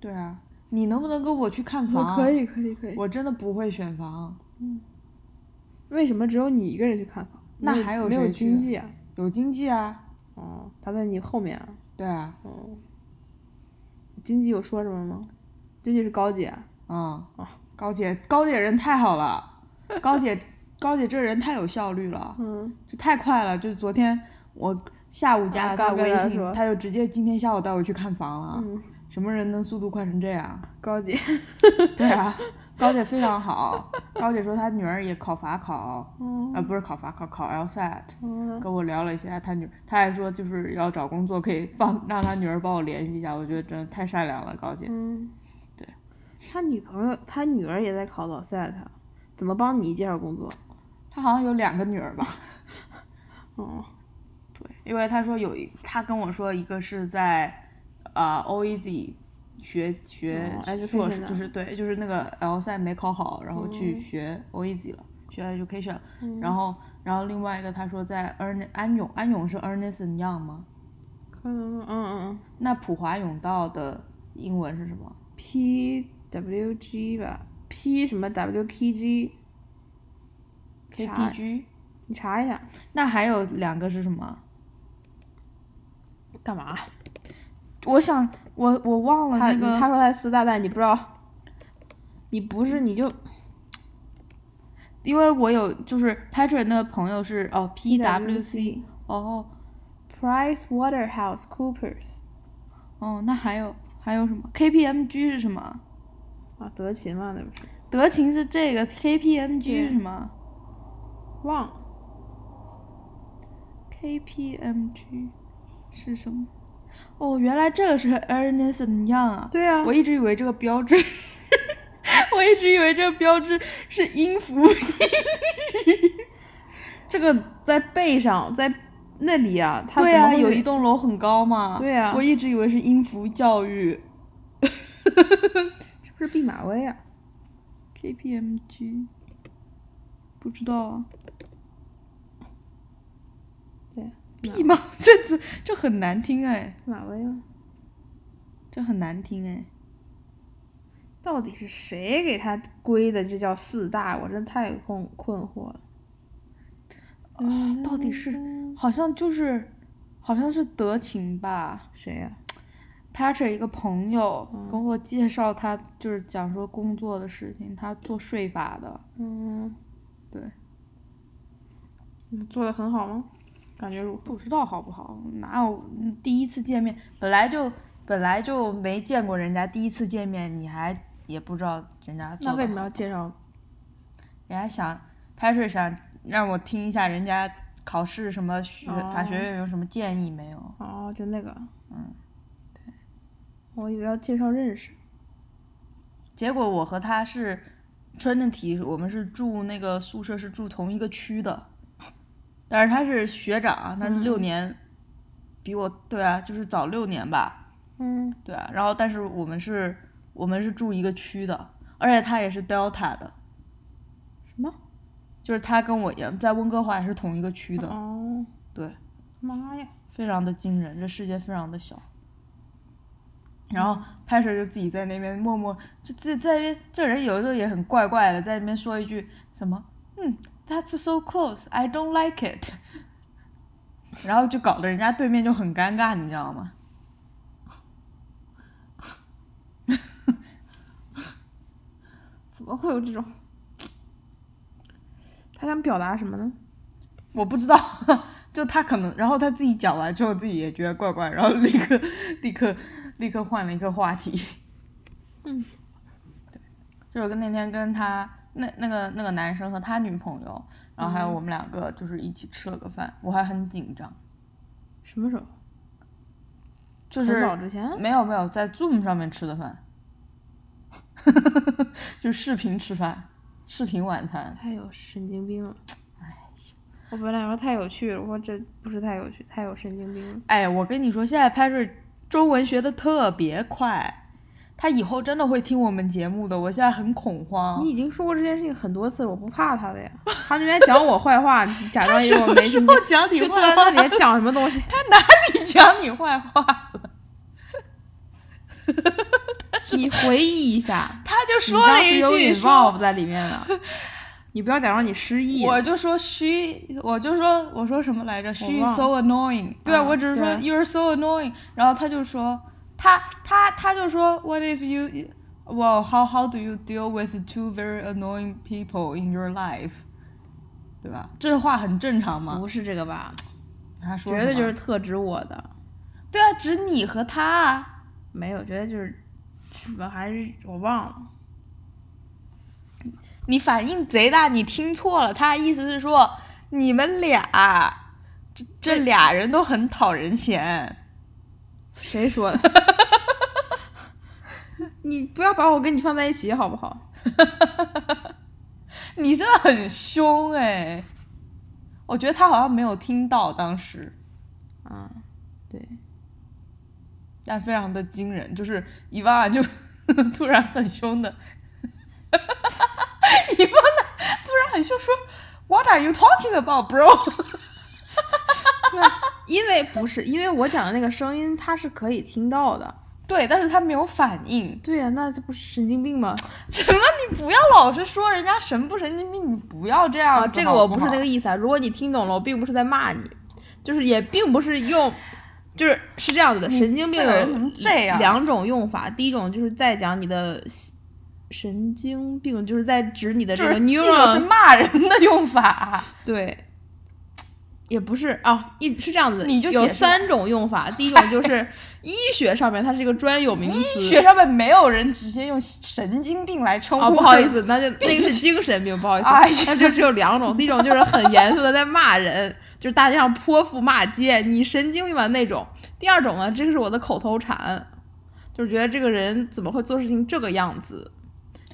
[SPEAKER 1] 对啊，你能不能跟我去看
[SPEAKER 2] 我
[SPEAKER 1] 房？啊
[SPEAKER 2] 可，以，可以，可以。
[SPEAKER 1] 我真的不会选房，
[SPEAKER 2] 为什么只有你一个人去看房？
[SPEAKER 1] 那
[SPEAKER 2] 没有
[SPEAKER 1] 还有
[SPEAKER 2] 没有
[SPEAKER 1] 谁去
[SPEAKER 2] 经济啊？
[SPEAKER 1] 有经济啊。
[SPEAKER 2] 哦，他在你后面啊。
[SPEAKER 1] 对啊，
[SPEAKER 2] 哦，经济有说什么吗？经济是高姐啊。
[SPEAKER 1] 啊、高姐，高姐人太好 了，高姐，高姐这人太有效率了。
[SPEAKER 2] 嗯，
[SPEAKER 1] 就太快了，就是昨天我下午加
[SPEAKER 2] 啊
[SPEAKER 1] 了
[SPEAKER 2] 刚
[SPEAKER 1] 他
[SPEAKER 2] 跟
[SPEAKER 1] 微
[SPEAKER 2] 他
[SPEAKER 1] 信，
[SPEAKER 2] 说
[SPEAKER 1] 他就直接今天下午带我去看房了。
[SPEAKER 2] 嗯
[SPEAKER 1] 什么人能速度快成这 样？
[SPEAKER 2] 高姐。
[SPEAKER 1] 对啊，高姐非常好。高姐说她女儿也考法考，
[SPEAKER 2] 嗯
[SPEAKER 1] 呃，不是考法考，考 LSAT。
[SPEAKER 2] 嗯
[SPEAKER 1] 跟我聊了一下，他女，他还说就是要找工作，可以帮让他女儿帮我联系一下。我觉得真的太善良了，高姐。
[SPEAKER 2] 嗯，
[SPEAKER 1] 对。
[SPEAKER 2] 他女朋友，他女儿也在考老赛他，怎么帮你介绍工作？
[SPEAKER 1] 他好像有两个女儿吧？
[SPEAKER 2] 哦，
[SPEAKER 1] 对，因为他说有一，他跟我说一个是在呃 OEZ 学学
[SPEAKER 2] 哦，education
[SPEAKER 1] 硕士，
[SPEAKER 2] 的
[SPEAKER 1] 就是对，就是那个 L 赛没考好，然后去
[SPEAKER 2] 嗯
[SPEAKER 1] 学 OEZ 了，学 education，了、然后然后另外一个他说在 Ern 安永，安永是 Ernest Young 吗？
[SPEAKER 2] 可能，嗯嗯嗯
[SPEAKER 1] 那普华永道的英文是什么？
[SPEAKER 2] ，P W G 吧，P 什么 W K G，
[SPEAKER 1] KPG，
[SPEAKER 2] 你查一下，
[SPEAKER 1] 那还有两个是什么？
[SPEAKER 2] 干嘛？
[SPEAKER 1] 我想我我忘了
[SPEAKER 2] 他
[SPEAKER 1] 那个
[SPEAKER 2] 他说他四大代，你不知道，你不是你就
[SPEAKER 1] 因为我有就是 Patrick 那个朋友是哦
[SPEAKER 2] PWC
[SPEAKER 1] PWC 哦
[SPEAKER 2] Price Waterhouse Coopers
[SPEAKER 1] 哦，那还有还有什么？KPMG 是什么？
[SPEAKER 2] 啊，德勤嘛，那不是
[SPEAKER 1] 德勤是这个
[SPEAKER 2] 对
[SPEAKER 1] ，KPMG 是什么
[SPEAKER 2] 忘了
[SPEAKER 1] ？KPMG 是什么？哦，原来这个是 Ernest Young 啊！
[SPEAKER 2] 对啊
[SPEAKER 1] 我一直以为这个标志， 我一直以为这个标志是音符。
[SPEAKER 2] 这个在背上，在那里啊，他
[SPEAKER 1] 对
[SPEAKER 2] 怎么
[SPEAKER 1] 啊，
[SPEAKER 2] 会
[SPEAKER 1] 有一栋楼很高嘛。
[SPEAKER 2] 对啊
[SPEAKER 1] 我一直以为是音符教育。
[SPEAKER 2] 是不是毕马威啊？
[SPEAKER 1] KPMG 不知道啊。
[SPEAKER 2] 对，
[SPEAKER 1] 闭吗？ 这字这很难听哎，
[SPEAKER 2] 毕马威啊。
[SPEAKER 1] 这很难听哎。
[SPEAKER 2] 到底是谁给他归的？这叫四大，我真太困困惑了。
[SPEAKER 1] 啊，到底是好像就是好像是德勤吧
[SPEAKER 2] 谁啊呀、
[SPEAKER 1] ？Patrick 一个朋友
[SPEAKER 2] 嗯
[SPEAKER 1] 跟我介绍他，就是讲说工作的事情，他做税法的，
[SPEAKER 2] 嗯，
[SPEAKER 1] 对，
[SPEAKER 2] 你做的很好吗？感觉如何？
[SPEAKER 1] 不知道好不好，哦哪有嗯第一次见面本来就本来就没见过人家，第一次见面你还也不知道人家做
[SPEAKER 2] 那
[SPEAKER 1] 得
[SPEAKER 2] 为什么
[SPEAKER 1] 好
[SPEAKER 2] 要介绍？
[SPEAKER 1] 人家想 Patrick 想让我听一下人家考试什么学、法学院有什么建议没有？
[SPEAKER 2] 哦，就那个，
[SPEAKER 1] 嗯，
[SPEAKER 2] 我以为要介绍认识。
[SPEAKER 1] 结果我和他是春的题，我们是住那个宿舍是住同一个区的，但是他是学长，啊他是六年、比我对啊，就是早六年吧，
[SPEAKER 2] 嗯，
[SPEAKER 1] 对啊，然后但是我们是我们是住一个区的，而且他也是 Delta 的，
[SPEAKER 2] 什么？
[SPEAKER 1] 就是他跟我一样在温哥华也是同一个区的，
[SPEAKER 2] 哦，
[SPEAKER 1] 对。
[SPEAKER 2] 妈呀！
[SPEAKER 1] 非常的惊人，这世界非常的小。然后拍水就自己在那边默默，就自在那边，这人有时候也很怪怪的，在那边说一句什么，嗯，That's so close, I don't like it，然后就搞得人家对面就很尴尬，你知道吗？
[SPEAKER 2] 怎么会有这种？他想表达什么呢？
[SPEAKER 1] 我不知道， 就他可能，然后他自己讲完之后，自己也觉得怪怪，然后立刻立刻立刻换了一个话题。
[SPEAKER 2] 嗯，
[SPEAKER 1] 对，就是跟那天跟他那那个那个男生和他女朋友，然后还有
[SPEAKER 2] 嗯
[SPEAKER 1] 我们两个就是一起吃了个饭，我还很紧张，
[SPEAKER 2] 什么时候？
[SPEAKER 1] 就
[SPEAKER 2] 很
[SPEAKER 1] 是
[SPEAKER 2] 早之前？
[SPEAKER 1] 没有没有在 Zoom 上面吃的饭， 就视频吃饭，视频晚餐。
[SPEAKER 2] 太有神经病了。哎我本来说太有趣了，我说这不是太有趣，太有神经病了。
[SPEAKER 1] 哎，我跟你说，现在 Patrick 中文学的特别快，他以后真的会听我们节目的，我现在很恐慌。
[SPEAKER 2] 你已经说过这件事情很多次了，我不怕他的呀。他那边讲我坏话，你假装以为我没
[SPEAKER 1] 什
[SPEAKER 2] 听
[SPEAKER 1] 么
[SPEAKER 2] 见，
[SPEAKER 1] 讲你
[SPEAKER 2] 就坐
[SPEAKER 1] 坏
[SPEAKER 2] 在
[SPEAKER 1] 话
[SPEAKER 2] 那，里讲什么东西。
[SPEAKER 1] 他哪 里讲你坏话了？
[SPEAKER 2] 你回忆一 下，
[SPEAKER 1] 他就
[SPEAKER 2] 你
[SPEAKER 1] 说
[SPEAKER 2] 当
[SPEAKER 1] 了
[SPEAKER 2] 时
[SPEAKER 1] 一
[SPEAKER 2] 有
[SPEAKER 1] 句
[SPEAKER 2] involve
[SPEAKER 1] 说，
[SPEAKER 2] 在里面的，你不要假装你失忆。
[SPEAKER 1] 我就说 she，我就说我说什么来着？she
[SPEAKER 2] 忘
[SPEAKER 1] is so annoying。对
[SPEAKER 2] 啊
[SPEAKER 1] 我只是说
[SPEAKER 2] 对
[SPEAKER 1] you're so annoying。然后他就说他他他就说 what if you well how how do you deal with two very annoying people in your life？对吧？这话很正常嘛。
[SPEAKER 2] 不是这个吧？
[SPEAKER 1] 他说
[SPEAKER 2] 绝对
[SPEAKER 1] 什
[SPEAKER 2] 就
[SPEAKER 1] 么
[SPEAKER 2] 是特指我的，
[SPEAKER 1] 对啊，指你和他啊。
[SPEAKER 2] 没有，绝对就是什么还是我忘了。
[SPEAKER 1] 你反应贼大，你听错了。他意思是说你们俩，这这俩人都很讨人嫌。
[SPEAKER 2] 谁说的？ 你不要把我跟你放在一起好不好？
[SPEAKER 1] 你真的很凶哎、我觉得他好像没有听到当时，
[SPEAKER 2] 啊，对，
[SPEAKER 1] 但非常的惊人，就是伊万就 突然很凶的，伊万突然很凶说：“What are you talking about, bro？”
[SPEAKER 2] 对，因为不是因为我讲的那个声音，他是可以听到的。
[SPEAKER 1] 对，但是他没有反应。
[SPEAKER 2] 对呀、那这不是神经病吗？
[SPEAKER 1] 怎么？你不要老是说人家神不神经病，你不要这样
[SPEAKER 2] 啊，
[SPEAKER 1] 子、
[SPEAKER 2] 这个我
[SPEAKER 1] 好
[SPEAKER 2] 不
[SPEAKER 1] 不
[SPEAKER 2] 是那
[SPEAKER 1] 好
[SPEAKER 2] 个意思啊。如果你听懂了，我并不是在骂你，就是也并不是用，就是是这样子的。神经病
[SPEAKER 1] 这
[SPEAKER 2] 有
[SPEAKER 1] 个人怎么这样
[SPEAKER 2] 两种用法，第一种就是在讲你的神经病，就是在指你的这
[SPEAKER 1] 就是
[SPEAKER 2] 个
[SPEAKER 1] 一种是
[SPEAKER 2] neuron，
[SPEAKER 1] 骂人的用 法。
[SPEAKER 2] 对，也不是啊，一是这样子的。
[SPEAKER 1] 你就
[SPEAKER 2] 有
[SPEAKER 1] 解释
[SPEAKER 2] 三种用法，第一种就是 医学上面它是一个专有名词。
[SPEAKER 1] 医学上面没有人直接用神经病来称呼、
[SPEAKER 2] 哦，不好意，思，那就那个是精神病，不好意思
[SPEAKER 1] 哎呀，
[SPEAKER 2] 那就只有两种，第一种就是很严肃的在骂人，就是大街上泼妇骂街，你神经病吧那种；第二种呢，这个是我的口头禅，就是觉得这个人怎么会做事情这个样子，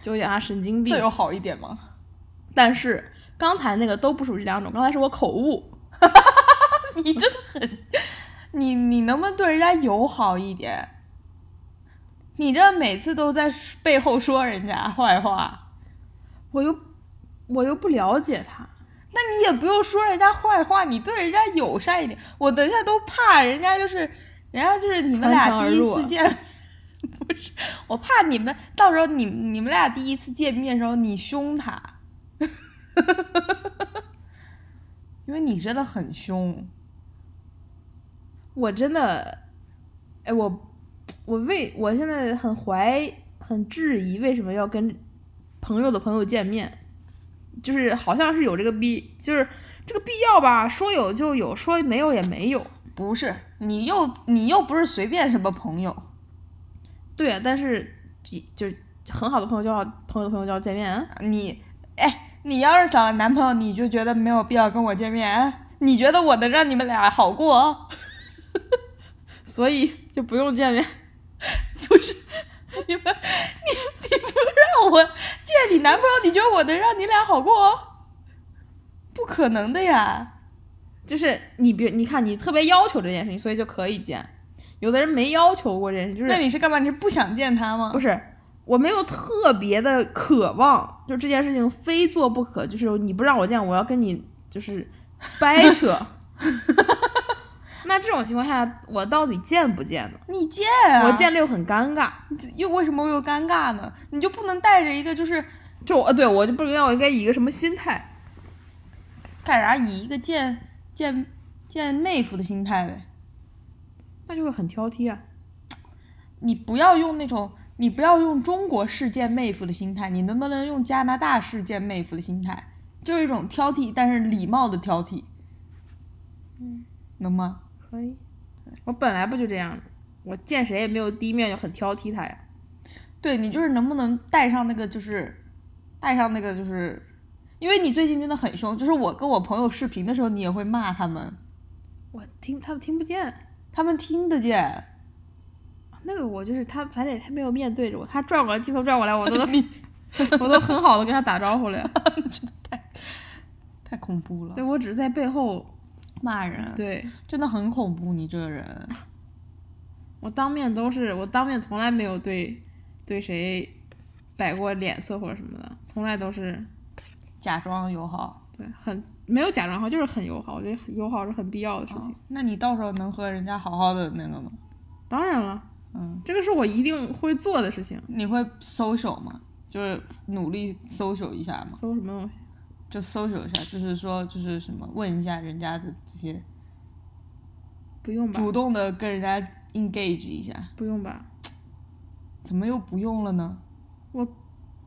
[SPEAKER 2] 就有点像神经病
[SPEAKER 1] 这。有好一点吗？
[SPEAKER 2] 但是刚才那个都不属于这两种，刚才是我口误，
[SPEAKER 1] 你真的很，你你能不能对人家友好一点？你这每次都在背后说人家坏话，
[SPEAKER 2] 我又我又不了解他，
[SPEAKER 1] 那你也不用说人家坏话，你对人家友善一点。我等一下都怕人家就是，人家就是你们
[SPEAKER 2] 穿墙
[SPEAKER 1] 俩
[SPEAKER 2] 而
[SPEAKER 1] 第一
[SPEAKER 2] 入
[SPEAKER 1] 次
[SPEAKER 2] 啊
[SPEAKER 1] 见， 不是，我怕你们到时候你你们俩第一次见面的时候你凶他， 因为你真的很凶。
[SPEAKER 2] 我真的，哎，我我为我现在很怀很质疑，为什么要跟朋友的朋友见面？就是好像是有这个必，就是这个必要吧？说有就有，说没有也没有。
[SPEAKER 1] 不是，你又你又不是随便什么朋友，
[SPEAKER 2] 对啊，但是就就很好的朋友就要朋友的朋友就要见面啊。
[SPEAKER 1] 你哎，你要是找了男朋友，你就觉得没有必要跟我见面，哎你觉得我能让你们俩好过？
[SPEAKER 2] 所以 就不用见面。
[SPEAKER 1] 你们你你不让 我见你男朋友，你觉得我能让你俩好过？哦不可能的呀！
[SPEAKER 2] 就是你别你看你特别要求这件事情，所以就可以见。有的人没要求过这件事，就是
[SPEAKER 1] 那你是干嘛？你是不想见他吗
[SPEAKER 2] 不？是，我没有特别的渴望，就这件事情非做不可，就是你不让我见，我要跟你就是掰扯。 那这种情况下，我到底见不见呢？
[SPEAKER 1] 你见啊！
[SPEAKER 2] 我见了又很尴尬，
[SPEAKER 1] 又为什么又尴尬呢？你就不能带着一个就是
[SPEAKER 2] 就呃，对我就不知道我应该以一个什么心态。
[SPEAKER 1] 干啥以一个见见见妹夫的心态呗？
[SPEAKER 2] 那就会很挑剔啊！
[SPEAKER 1] 你不要用那种，你不要用中国式见妹夫的心态，你能不能用加拿大式见妹夫的心态？就是一种挑剔，但是礼貌的挑剔，
[SPEAKER 2] 嗯，
[SPEAKER 1] 能吗？
[SPEAKER 2] 可以，我本来不就这样的，我见谁也没有第一面就很挑剔他呀。
[SPEAKER 1] 对你就是能不能带上那个，就是带上那个，就是因为你最近真的很凶，就是我跟我朋友视频的时候，你也会骂他们，
[SPEAKER 2] 我听他们听不见，
[SPEAKER 1] 他们听得见，
[SPEAKER 2] 那个我就是他，反正他没有面对着我，他转过来镜头转过来，我都能 我都很好的跟他打招呼了呀。
[SPEAKER 1] 太恐怖了，
[SPEAKER 2] 对我只是在背后，
[SPEAKER 1] 骂人，，
[SPEAKER 2] 对
[SPEAKER 1] 真的很恐怖，你这个人。
[SPEAKER 2] 我当面都是我当面从来没有对对谁摆过脸色或者什么的，从来都是
[SPEAKER 1] 假装友好。
[SPEAKER 2] 对很没有假装好，就是很友好。我觉得很友好是很必要的事情。
[SPEAKER 1] 那你到时候能和人家好好的那个吗？
[SPEAKER 2] 当然了，
[SPEAKER 1] 嗯，
[SPEAKER 2] 这个是我一定会做的事情。
[SPEAKER 1] 你会 social 吗？就是努力 social 一下吗？
[SPEAKER 2] 搜什么东西？
[SPEAKER 1] 就 social 一下，就是说就是什么问一下人家的这些，
[SPEAKER 2] 不用吧
[SPEAKER 1] 主，动的跟人家 engage 一下。
[SPEAKER 2] 不用吧，
[SPEAKER 1] 怎么又不用了呢？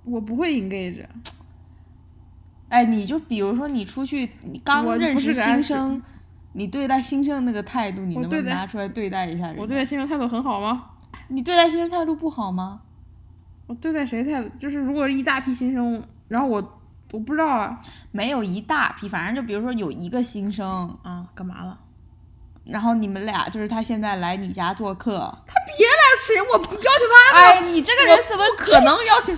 [SPEAKER 2] 我不会 engage。
[SPEAKER 1] 哎，你就比如说你出去，你刚
[SPEAKER 2] 我
[SPEAKER 1] 认
[SPEAKER 2] 不
[SPEAKER 1] 识
[SPEAKER 2] 是个 ass
[SPEAKER 1] 新生，你对待新生那个态度，你
[SPEAKER 2] 我
[SPEAKER 1] 能不能
[SPEAKER 2] 对待
[SPEAKER 1] 拿出来对待一下人家？
[SPEAKER 2] 我对待新生态度很好吗？
[SPEAKER 1] 你对待新生态度不好吗？
[SPEAKER 2] 我对待谁态度？就是如果一大批新生，然后我我不知道啊
[SPEAKER 1] 没有一大批，反正就比如说有一个新生，
[SPEAKER 2] 啊，干 嘛了？
[SPEAKER 1] 然后你们俩就是他现在来你家做客，
[SPEAKER 2] 他别来吃，我不邀请他了。
[SPEAKER 1] 哎，你这个人怎么可能邀请？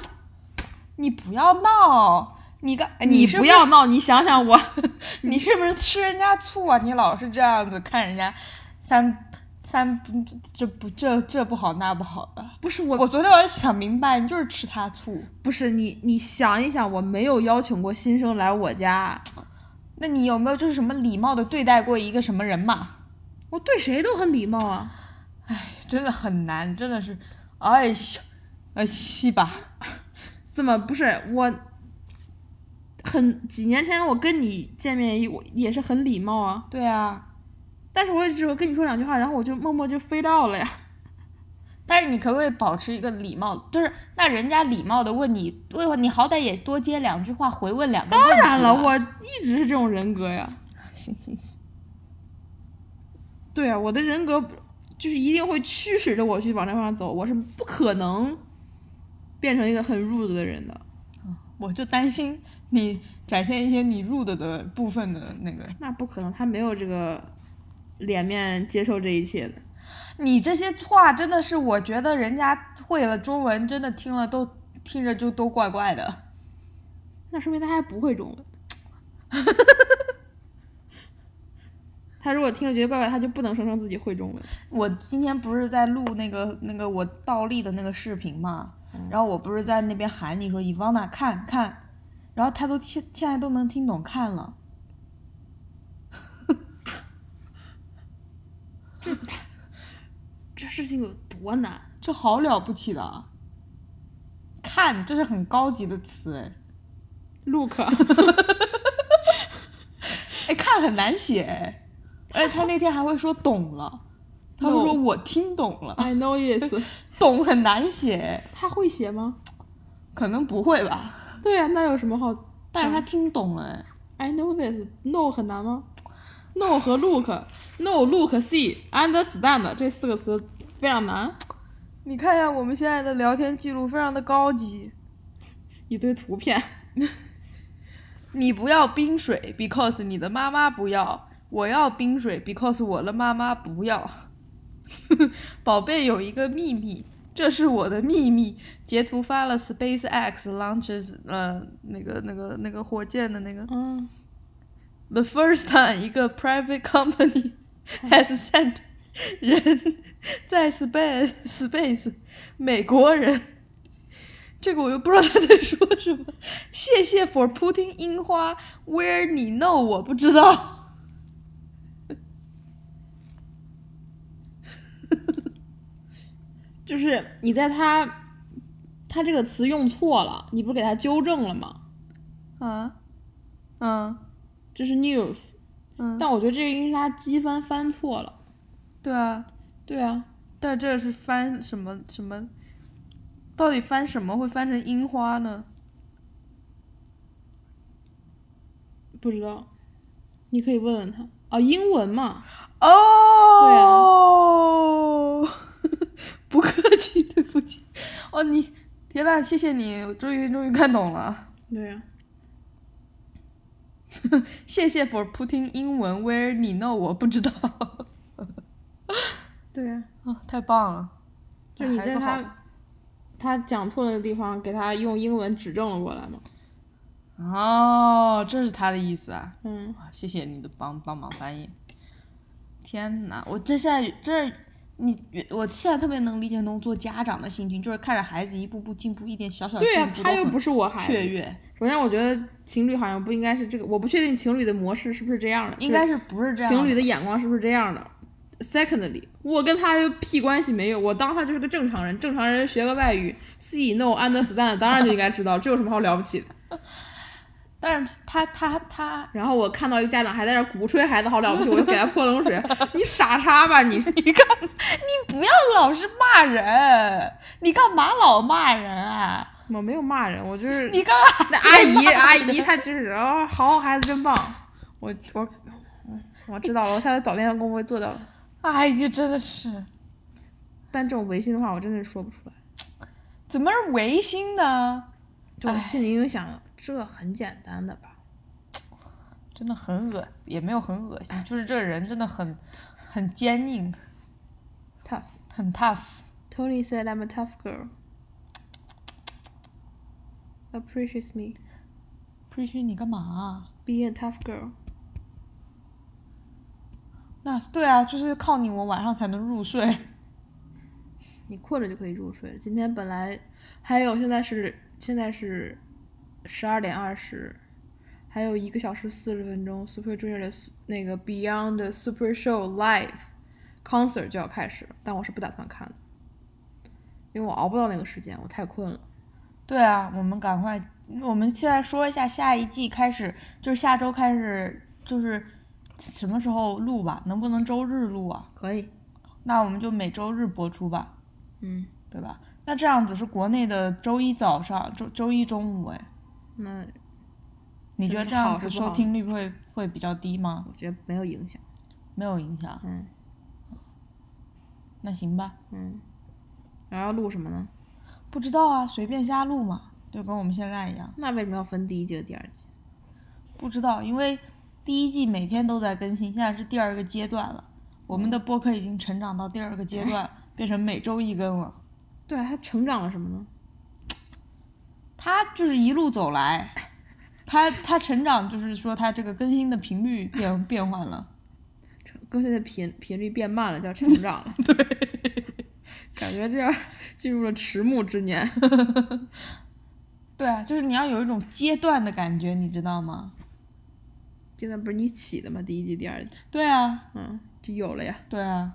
[SPEAKER 1] 你不要闹，你个
[SPEAKER 2] 哎你
[SPEAKER 1] 是
[SPEAKER 2] 不要闹，你想想我，
[SPEAKER 1] 你是不是吃人家醋啊？你老是这样子看人家三三这不这这不好那不好的。
[SPEAKER 2] 不是我，
[SPEAKER 1] 我昨天我想明白，你就是吃他醋。
[SPEAKER 2] 不是你，你想一想，我没有邀请过新生来我家，
[SPEAKER 1] 那你有没有就是什么礼貌的对待过一个什么人嘛？
[SPEAKER 2] 我对谁都很礼貌啊。
[SPEAKER 1] 真的很难，真的是，哎呀，哎西吧，
[SPEAKER 2] 怎么不是我？很几年前我跟你见面，我也是很礼貌啊，
[SPEAKER 1] 对啊。
[SPEAKER 2] 但是我也只有跟你说两句话，然后我就默默就飞到了呀。
[SPEAKER 1] 但是你可不可以保持一个礼貌？就是那人家礼貌的问你，问你好歹也多接两句话，回问两个问
[SPEAKER 2] 当
[SPEAKER 1] 题吧。
[SPEAKER 2] 然了，我一直是这种人格呀。
[SPEAKER 1] 行行行，
[SPEAKER 2] 对啊，我的人格就是一定会驱使着我去往这方向走，我是不可能变成一个很 rude 的人的。
[SPEAKER 1] 我就担心你展现一些你 rude 的部分的那个。
[SPEAKER 2] 那不可能，他没有这个脸面接受这一切的。
[SPEAKER 1] 你这些话真的是，我觉得人家会了中文，真的听了都听着就都怪怪的。
[SPEAKER 2] 那说明他还不会中文。 他如果听着觉得怪怪，他就不能声称自己会中文。
[SPEAKER 1] 我今天不是在录那个那个我倒立的那个视频嘛，然后我不是在那边喊你说伊旺娜看看，然后他都现现在都能听懂看了。
[SPEAKER 2] 这事情有多难？
[SPEAKER 1] 这好了不起的啊，看这是很高级的词哎，
[SPEAKER 2] Look，
[SPEAKER 1] 哎看很难写哎，而且他那天还会说懂了，他会说
[SPEAKER 2] No
[SPEAKER 1] 我听懂了，
[SPEAKER 2] I know is。
[SPEAKER 1] 懂很难写哎，
[SPEAKER 2] 他会写吗？
[SPEAKER 1] 可能不会吧，
[SPEAKER 2] 对呀、那有什么好？
[SPEAKER 1] 但是
[SPEAKER 2] 嗯
[SPEAKER 1] 他听懂了哎，
[SPEAKER 2] I know this. No 很难吗？No 和 look, no look see understand 这四个词非常难。
[SPEAKER 1] 你看一下我们现在的聊天记录，非常的高级。
[SPEAKER 2] 一堆图片，
[SPEAKER 1] 你不要冰水，because 你的妈妈不要；我要冰水，because 我的妈妈不要。宝贝有一个秘密，这是我的秘密。截图发了 SpaceX launches 呃那个那个那个火箭的那个
[SPEAKER 2] 嗯，
[SPEAKER 1] the first time 一个 private company has sent 人在 space space 美国人，这个我又不知道他在说什么。谢谢 for putting 樱花 where 你 know 我不知道。
[SPEAKER 2] 就是你在它，它这个词用错了，你不是给它纠正了吗？
[SPEAKER 1] 啊，嗯
[SPEAKER 2] 这是 news，
[SPEAKER 1] 嗯，
[SPEAKER 2] 但我觉得这个应该是它机翻翻错了。
[SPEAKER 1] 对啊，
[SPEAKER 2] 对啊，
[SPEAKER 1] 但这是翻什么什么？到底翻什么会翻成樱花呢？
[SPEAKER 2] 不知道，你可以问问他。哦，英文嘛，
[SPEAKER 1] 哦， 不客气，对不起。哦，你天呐，谢谢你，我终于终于看懂了。
[SPEAKER 2] 对啊呀、
[SPEAKER 1] 谢谢 for putting 英文 where 你 know 我不知道。
[SPEAKER 2] 对呀、
[SPEAKER 1] 啊，太棒了！
[SPEAKER 2] 就是你
[SPEAKER 1] 孩
[SPEAKER 2] 在
[SPEAKER 1] 子好
[SPEAKER 2] 他他讲错了的地方，给他用英文指正了过来嘛。
[SPEAKER 1] 哦，这是他的意思啊！
[SPEAKER 2] 嗯，
[SPEAKER 1] 啊，谢谢你的帮帮忙翻译。天呐，我这下这你我现在特别能理解那种做家长的心情，就是看着孩子一步步进步，一点小小进
[SPEAKER 2] 对呀、
[SPEAKER 1] 步
[SPEAKER 2] 他
[SPEAKER 1] 都
[SPEAKER 2] 又
[SPEAKER 1] 很
[SPEAKER 2] 不是我孩
[SPEAKER 1] 雀
[SPEAKER 2] 子。
[SPEAKER 1] 跃，
[SPEAKER 2] 首先，我觉得情侣好像不应该是这个，我不确定情侣的模式是不是这样的，
[SPEAKER 1] 应该是不是这样？
[SPEAKER 2] 情侣的眼光是不是这样的？Secondly，我跟他又屁关系没有，我当他就是个正常人，正常人学个外语，see no understand，当然就应该知道这有什么好了不起的。
[SPEAKER 1] 但是他他他，
[SPEAKER 2] 然后我看到一个家长还在那儿鼓吹孩子好了不起，我就给他泼 冷水，你傻叉吧你！
[SPEAKER 1] 你不要老是骂人，你干嘛老骂人啊？
[SPEAKER 2] 我没有骂人，我就是
[SPEAKER 1] 你刚刚
[SPEAKER 2] 那阿姨阿姨她就是哦，好孩子真棒，我我我知道了，我下次早恋功夫会做到的。
[SPEAKER 1] 哎呀，真的是
[SPEAKER 2] 但这种违心的话，我真的是说不出来，
[SPEAKER 1] 怎么是违心呢？
[SPEAKER 2] 这种心理影响，这很简单的吧。
[SPEAKER 1] 真的很恶，也没有很恶心，就是这个人真的很很坚硬，
[SPEAKER 2] Tough.
[SPEAKER 1] 很 tough。
[SPEAKER 2] Tony said I'm a tough girl. Appreciates me
[SPEAKER 1] 不是你干嘛啊、
[SPEAKER 2] being a tough girl.
[SPEAKER 1] 那对啊，就是靠你，我晚上才能入睡。
[SPEAKER 2] 你困了就可以入睡了。今天本来还有，现在是现在是十二点二十，还有一个小时四十分钟。Super Junior 的 su- 那个 Beyond 的 Super Show Live concert 就要开始了，但我是不打算看的，因为我熬不到那个时间，我太困了。
[SPEAKER 1] 对啊，我们赶快，我们现在说一下下一季开始，就是下周开始，就是什么时候录吧？能不能周日录啊？
[SPEAKER 2] 可以，
[SPEAKER 1] 那我们就每周日播出吧，
[SPEAKER 2] 嗯，
[SPEAKER 1] 对吧？那这样子是国内的周一早上，周周一中午，哎，
[SPEAKER 2] 那
[SPEAKER 1] 你觉得
[SPEAKER 2] 嗯
[SPEAKER 1] 这样
[SPEAKER 2] 好
[SPEAKER 1] 子
[SPEAKER 2] 是不
[SPEAKER 1] 收
[SPEAKER 2] 好呢
[SPEAKER 1] 听率会会比较低吗？
[SPEAKER 2] 我觉得没有影响。
[SPEAKER 1] 没有影响，
[SPEAKER 2] 嗯
[SPEAKER 1] 那行吧，
[SPEAKER 2] 嗯，然后要录什么呢？
[SPEAKER 1] 不知道啊，随便瞎录嘛，就跟我们现在一样，
[SPEAKER 2] 那为什么要分第一季和第二季？
[SPEAKER 1] 不知道，因为第一季每天都在更新，现在是第二个阶段了，我们的
[SPEAKER 2] 嗯
[SPEAKER 1] 播客已经成长到第二个阶段，变成每周一更了。
[SPEAKER 2] 对啊，他成长了什么呢？
[SPEAKER 1] 他就是一路走来，他他成长就是说他这个更新的频率变变换了，
[SPEAKER 2] 成更新的频频率变慢了，叫成长了。 对，感觉这要进入了迟暮之年。
[SPEAKER 1] 对啊，就是你要有一种阶段的感觉，你知道吗？
[SPEAKER 2] 现在不是你起的吗？第一季、第二季，
[SPEAKER 1] 对啊，
[SPEAKER 2] 嗯，就有了呀。
[SPEAKER 1] 对啊，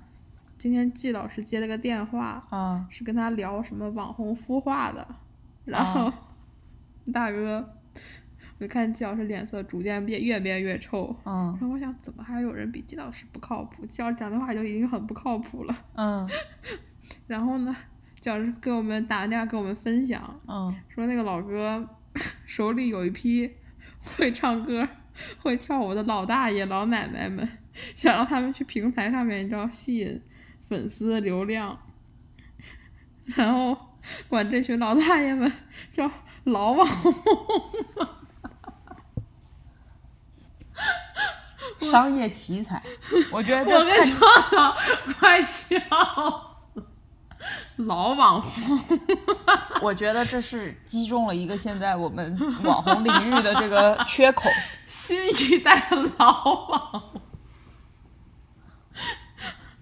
[SPEAKER 2] 今天季老师接了个电话，
[SPEAKER 1] 啊、
[SPEAKER 2] 是跟他聊什么网红孵化的，然后、大哥，我看季老师脸色逐渐变越变越臭。
[SPEAKER 1] 嗯
[SPEAKER 2] 然后我想，怎么还有人比季老师不靠谱？季老师讲的话就已经很不靠谱了。
[SPEAKER 1] 嗯
[SPEAKER 2] 然后呢，季老师给我们打完电话给我们分享，
[SPEAKER 1] 嗯
[SPEAKER 2] 说那个老哥手里有一批会唱歌、会跳舞的老大爷、老奶奶们，想让他们去平台上面，你知道吸引粉丝流量，然后管这群老大爷们叫老网红。
[SPEAKER 1] 嗯，商业奇才，我觉得
[SPEAKER 2] 我
[SPEAKER 1] 这
[SPEAKER 2] 跟
[SPEAKER 1] 看
[SPEAKER 2] 说，快笑死！老网红，
[SPEAKER 1] 我觉得这是击中了一个现在我们网红领域的这个缺 口。
[SPEAKER 2] 新一代的老网红。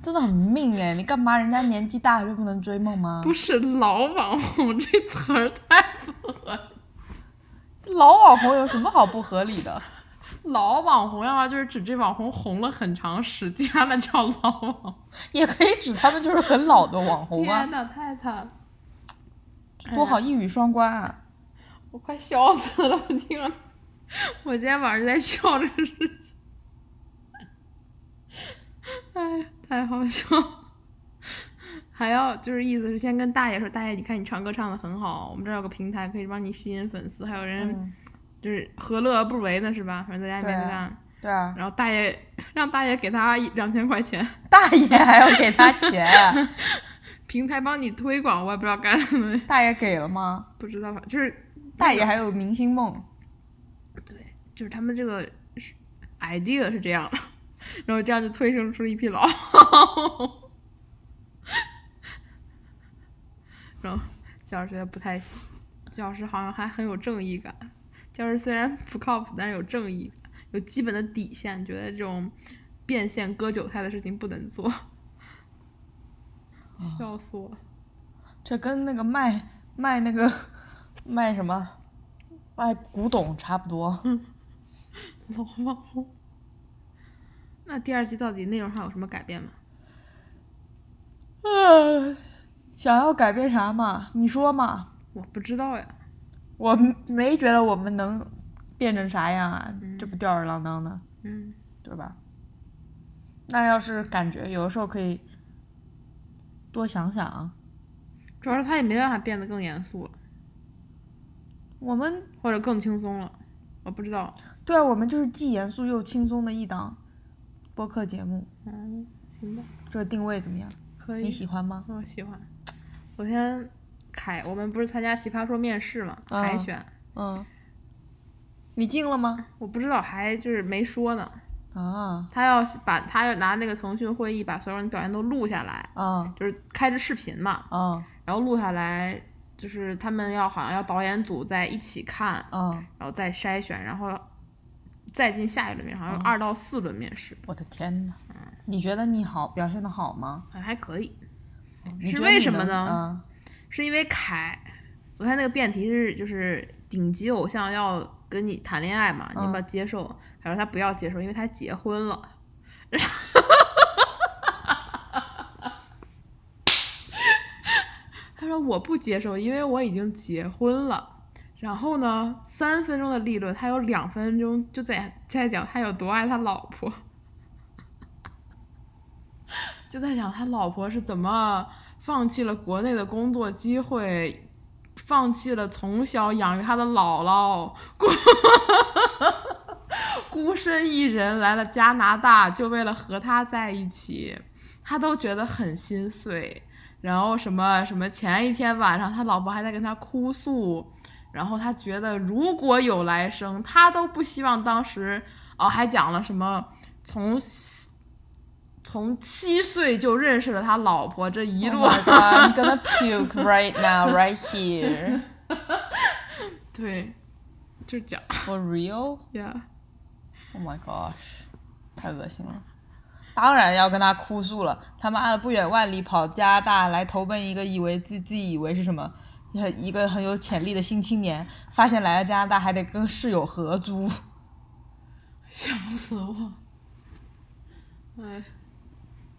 [SPEAKER 1] 真的很命哎！你干嘛？人家年纪大就不能追梦吗？
[SPEAKER 2] 不是老网红这词儿太不合适。
[SPEAKER 1] 老网红有什么好不合理的？
[SPEAKER 2] 老网红，要么就是指这网红红了很长时间了叫老网红。
[SPEAKER 1] 也可以指他们就是很老的网红啊
[SPEAKER 2] 天，呐，太惨了，哎
[SPEAKER 1] 多好一语双关啊！
[SPEAKER 2] 我快笑死了！我听了，我今天晚上就在笑这个事情。哎呀，太好笑了！还要就是意思是先跟大爷说，大爷，你看你唱歌唱的很好，我们这儿有个平台可以帮你吸引粉丝，还有人
[SPEAKER 1] 嗯，
[SPEAKER 2] 就是何乐而不为呢，是吧？反正在家里面
[SPEAKER 1] 对啊
[SPEAKER 2] 干。
[SPEAKER 1] 对啊，
[SPEAKER 2] 然后大爷让大爷给他两千块钱，
[SPEAKER 1] 大爷还要给他钱，啊
[SPEAKER 2] 平台帮你推广，我也不知道干什么，
[SPEAKER 1] 大爷给了吗？
[SPEAKER 2] 不知道，反正就是
[SPEAKER 1] 大爷还有明星梦，
[SPEAKER 2] 就是他们这个是 idea 是这样的，然后这样就催生出了一批老，然后教师觉得不太行，教师好像还很有正义感，教师虽然不靠谱，但是有正义感，有基本的底线，觉得这种变现割韭菜的事情不能做。笑死我！
[SPEAKER 1] 这跟那个卖卖那个 卖什么卖古董差不多。
[SPEAKER 2] 老网红。那第二季到底内容上有什么改变吗？
[SPEAKER 1] 嗯，想要改变啥嘛？你说嘛？
[SPEAKER 2] 我不知道呀。
[SPEAKER 1] 我没觉得我们能变成啥样啊，这不吊儿郎当的，
[SPEAKER 2] 嗯，
[SPEAKER 1] 对吧？那要是感觉有的时候可以多想啊想，
[SPEAKER 2] 主要是他也没办法变得更严肃了，
[SPEAKER 1] 我们
[SPEAKER 2] 或者更轻松了。我不知道。
[SPEAKER 1] 对啊，我们就是既严肃又轻松的一档播客节目，
[SPEAKER 2] 嗯，行吧，
[SPEAKER 1] 这个定位怎么样？
[SPEAKER 2] 可以
[SPEAKER 1] 你。喜欢吗？
[SPEAKER 2] 我喜欢。昨天凯，我们不是参加奇葩说面试嘛，
[SPEAKER 1] 啊
[SPEAKER 2] 海选，
[SPEAKER 1] 嗯，你进了吗？
[SPEAKER 2] 我不知道还就是没说呢。
[SPEAKER 1] 啊
[SPEAKER 2] 他要把他要拿那个腾讯会议把所有人的表现都录下来，
[SPEAKER 1] 啊
[SPEAKER 2] 就是开着视频嘛，
[SPEAKER 1] 啊
[SPEAKER 2] 然后录下来，就是他们要好像要导演组在一起看，
[SPEAKER 1] 啊！
[SPEAKER 2] 然后再筛选，然后再进下一轮面试，好像有二到四轮面试，
[SPEAKER 1] 我的天呐，
[SPEAKER 2] 嗯
[SPEAKER 1] 你觉得你好表现的好吗？
[SPEAKER 2] 好像还可以。
[SPEAKER 1] 你
[SPEAKER 2] 是
[SPEAKER 1] 觉得
[SPEAKER 2] 为
[SPEAKER 1] 你
[SPEAKER 2] 什么
[SPEAKER 1] 能
[SPEAKER 2] 呢
[SPEAKER 1] 啊
[SPEAKER 2] 是因为凯昨天那个辩题是就是顶级偶像要跟你谈恋爱嘛，你要不要接受？他说他不要接受，因为他结婚了。 他说我不接受，因为我已经结婚了。然后呢，三分钟的立论，他有两分钟就在在讲他有多爱他老婆， 就在讲他老婆是怎么放弃了国内的工作机会，放弃了从小养育他的姥姥，孤孤身一人来了加拿大，就为了和他在一起，他都觉得很心碎。然后什么什么，前一天晚上他老婆还在跟他哭诉，然后他觉得如果有来生，他都不希望当时哦，还讲了什么从从七岁就认识了他老婆，这一路
[SPEAKER 1] Oh my god, I'm gonna puke right now, right here.
[SPEAKER 2] 对，就是讲
[SPEAKER 1] For real?
[SPEAKER 2] 呀
[SPEAKER 1] Oh my gosh，太恶心了。当然要跟他哭诉了。他妈的，不远万里跑加拿大来投奔一个以为自自己以为是什么，一个很有潜力的新青年，发现来了加拿大还得跟室友合租。
[SPEAKER 2] 笑死我！哎，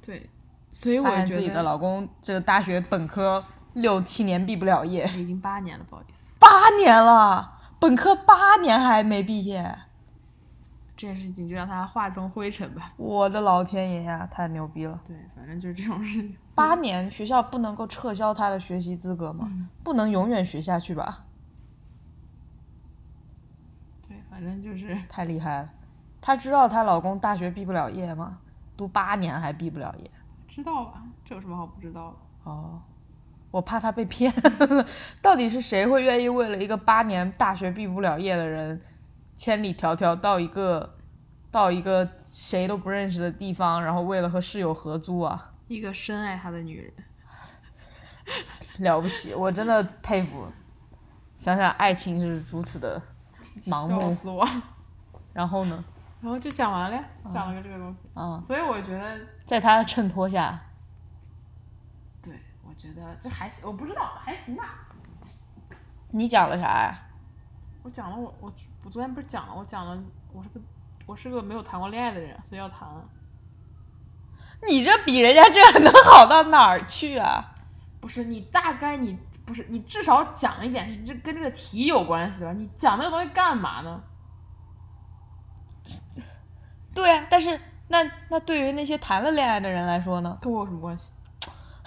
[SPEAKER 2] 对，所以我
[SPEAKER 1] 发现
[SPEAKER 2] 觉
[SPEAKER 1] 自己的
[SPEAKER 2] 得
[SPEAKER 1] 老公这个大学本科六七年毕不了业，
[SPEAKER 2] 已经八年了，不好意思，
[SPEAKER 1] 八年了，本科八年还没毕业。
[SPEAKER 2] 这件事情就让他化成灰尘吧。
[SPEAKER 1] 我的老天爷呀，太牛逼了！
[SPEAKER 2] 对，反正就是这种事情。
[SPEAKER 1] 八年学校不能够撤销他的学习资格吗？不能永远学下去吧？
[SPEAKER 2] 对，反正就是
[SPEAKER 1] 太厉害了！她知道她老公大学毕不了业吗？读八年还毕不了业？
[SPEAKER 2] 知道吧，这有什么好不知道的？
[SPEAKER 1] 哦，我怕她被骗。 到底是谁会愿意为了一个八年大学毕不了业的人，千里迢迢到一个到一个谁都不认识的地方，然后为了和室友合租啊？
[SPEAKER 2] 一个深爱他的女人，
[SPEAKER 1] 了不起，我真的佩服。想想爱情是如此的盲
[SPEAKER 2] 笑
[SPEAKER 1] 目，
[SPEAKER 2] 死我。
[SPEAKER 1] 然后呢？
[SPEAKER 2] 然后就讲完了呀，讲了个这个东西。
[SPEAKER 1] 啊，
[SPEAKER 2] 所以我觉得，
[SPEAKER 1] 在他的衬托下，
[SPEAKER 2] 对，我觉得就还行，我不知道还行吧。
[SPEAKER 1] 你讲了啥呀、
[SPEAKER 2] 我讲了我，我我昨天不是讲了，我讲了，我是个我是个没有谈过恋爱的人，所以要谈。
[SPEAKER 1] 你这比人家这能好到哪儿去啊？
[SPEAKER 2] 不是你大概你不是你至少讲一点是这跟这个题有关系的吧？你讲那个东西干嘛呢？
[SPEAKER 1] 对啊，但是那那对于那些谈了恋爱的人来说呢？
[SPEAKER 2] 跟我有什么关系？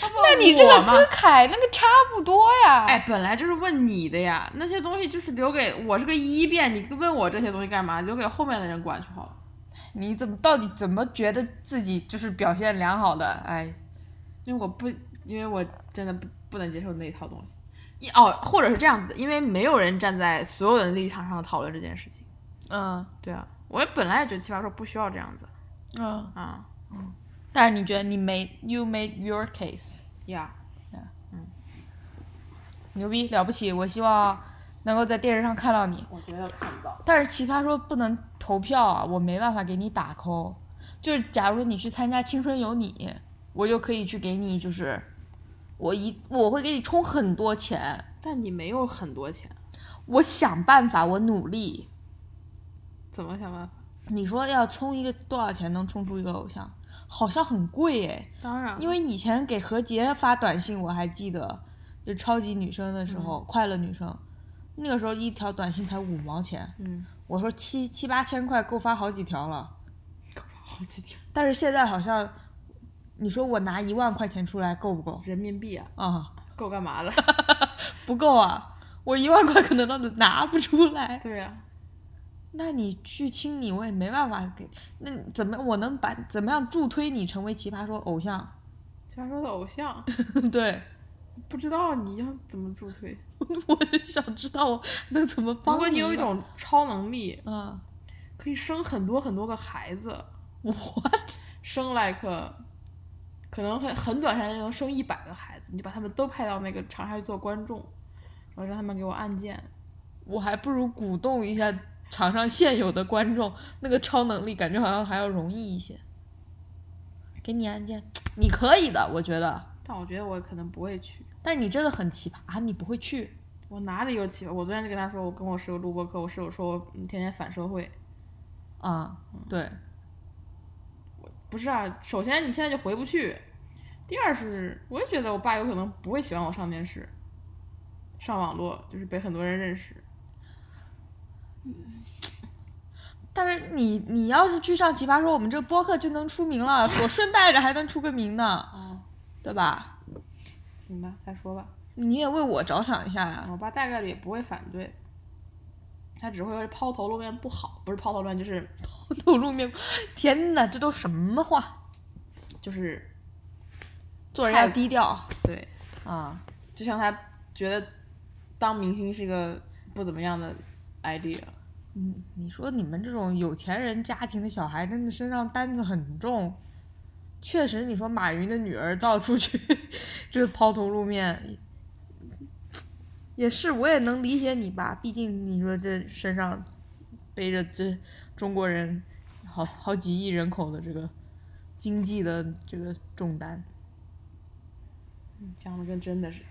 [SPEAKER 1] 那
[SPEAKER 2] 那
[SPEAKER 1] 你这个
[SPEAKER 2] 嘛，
[SPEAKER 1] 跟凯那个差不多呀。
[SPEAKER 2] 哎，本来就是问你的呀，那些东西就是留给我是个一辩，你问我这些东西干嘛？留给后面的人管去好了。
[SPEAKER 1] 你怎么到底怎么觉得自己就是表现良好的？哎，
[SPEAKER 2] 因为我不，因为我真的不不能接受那一套东西。一哦，或者是这样子的，因为没有人站在所有人的立场上讨论这件事情。
[SPEAKER 1] 嗯
[SPEAKER 2] 对啊，我本来也觉得奇葩说不需要这样子
[SPEAKER 1] 嗯，
[SPEAKER 2] 啊
[SPEAKER 1] 但是你觉得你 made you made your case
[SPEAKER 2] 呀。
[SPEAKER 1] 牛逼了不起，我希望能够在电视上看到你。
[SPEAKER 2] 我觉得看不到。
[SPEAKER 1] 但是奇葩说不能投票啊，我没办法给你打 call。就是假如你去参加《青春有你》，我就可以去给你，就是我一我会给你充很多钱，
[SPEAKER 2] 但你没有很多钱，
[SPEAKER 1] 我想办法，我努力。
[SPEAKER 2] 怎么想办法？
[SPEAKER 1] 你说要充一个多少钱能充出一个偶像？好像很贵哎，
[SPEAKER 2] 当然了，
[SPEAKER 1] 因为以前给何洁发短信，我还记得，就超级女生的时候，快乐女生，那个时候一条短信才五毛钱，
[SPEAKER 2] 嗯，
[SPEAKER 1] 我说七七八千块够发好几条了。
[SPEAKER 2] 好几条
[SPEAKER 1] 但是现在好像，你说我拿一万块钱出来够不够
[SPEAKER 2] 人民币啊，
[SPEAKER 1] 啊？
[SPEAKER 2] 够干嘛的？
[SPEAKER 1] 不够啊，我一万块可能都拿不出来。
[SPEAKER 2] 对呀、啊
[SPEAKER 1] 那你去亲你，我也没办法给。那你怎么我能把怎么样助推你成为奇葩说偶像？
[SPEAKER 2] 传说的偶像，
[SPEAKER 1] 对，
[SPEAKER 2] 不知道你要怎么助推。
[SPEAKER 1] 我就想知道我能怎么帮
[SPEAKER 2] 如果
[SPEAKER 1] 你
[SPEAKER 2] 你有一
[SPEAKER 1] 吧，
[SPEAKER 2] 种超能力，
[SPEAKER 1] 嗯
[SPEAKER 2] 可以生很多很多个孩子，
[SPEAKER 1] ，what？
[SPEAKER 2] 生 like 可能很很短时间能生一百个孩子，你就把他们都派到那个长沙去做观众，然后让他们给我按键。
[SPEAKER 1] 我还不如鼓动一下场上现有的观众，那个超能力感觉好像还要容易一些。给你按键，你可以的，我觉得。
[SPEAKER 2] 但我觉得我可能不会去，
[SPEAKER 1] 但你真的很奇葩啊！你不会去，
[SPEAKER 2] 我哪里有启发？我昨天就跟他说，我跟我室友录播课，我室友说我嗯天天反社会。
[SPEAKER 1] 啊，对，
[SPEAKER 2] 不是啊，首先你现在就回不去，第二是我也觉得我爸有可能不会喜欢我上电视，上网络就是被很多人认识。
[SPEAKER 1] 但是你你要是去上奇葩说，我们这播客就能出名 了，我顺带着还能出个名呢，
[SPEAKER 2] 啊，
[SPEAKER 1] 对吧？
[SPEAKER 2] 行吧，再说吧。
[SPEAKER 1] 你也为我着想一下呀、
[SPEAKER 2] 我爸大概率也不会反对，他只会抛头露面不好，不是抛头露面就是
[SPEAKER 1] 透露面，天哪，这都什么话？
[SPEAKER 2] 就是
[SPEAKER 1] 做人要
[SPEAKER 2] 太
[SPEAKER 1] 低调
[SPEAKER 2] 对，
[SPEAKER 1] 啊！
[SPEAKER 2] 就像他觉得当明星是个不怎么样的 idea。
[SPEAKER 1] 嗯，你说你们这种有钱人家庭的小孩，真的身上担子很重。确实，你说马云的女儿到处去 这抛头露面，也是我也能理解你吧。毕竟你说这身上背着这中国人好好几亿人口的这个经济的这个重担，
[SPEAKER 2] 嗯讲的跟真的是，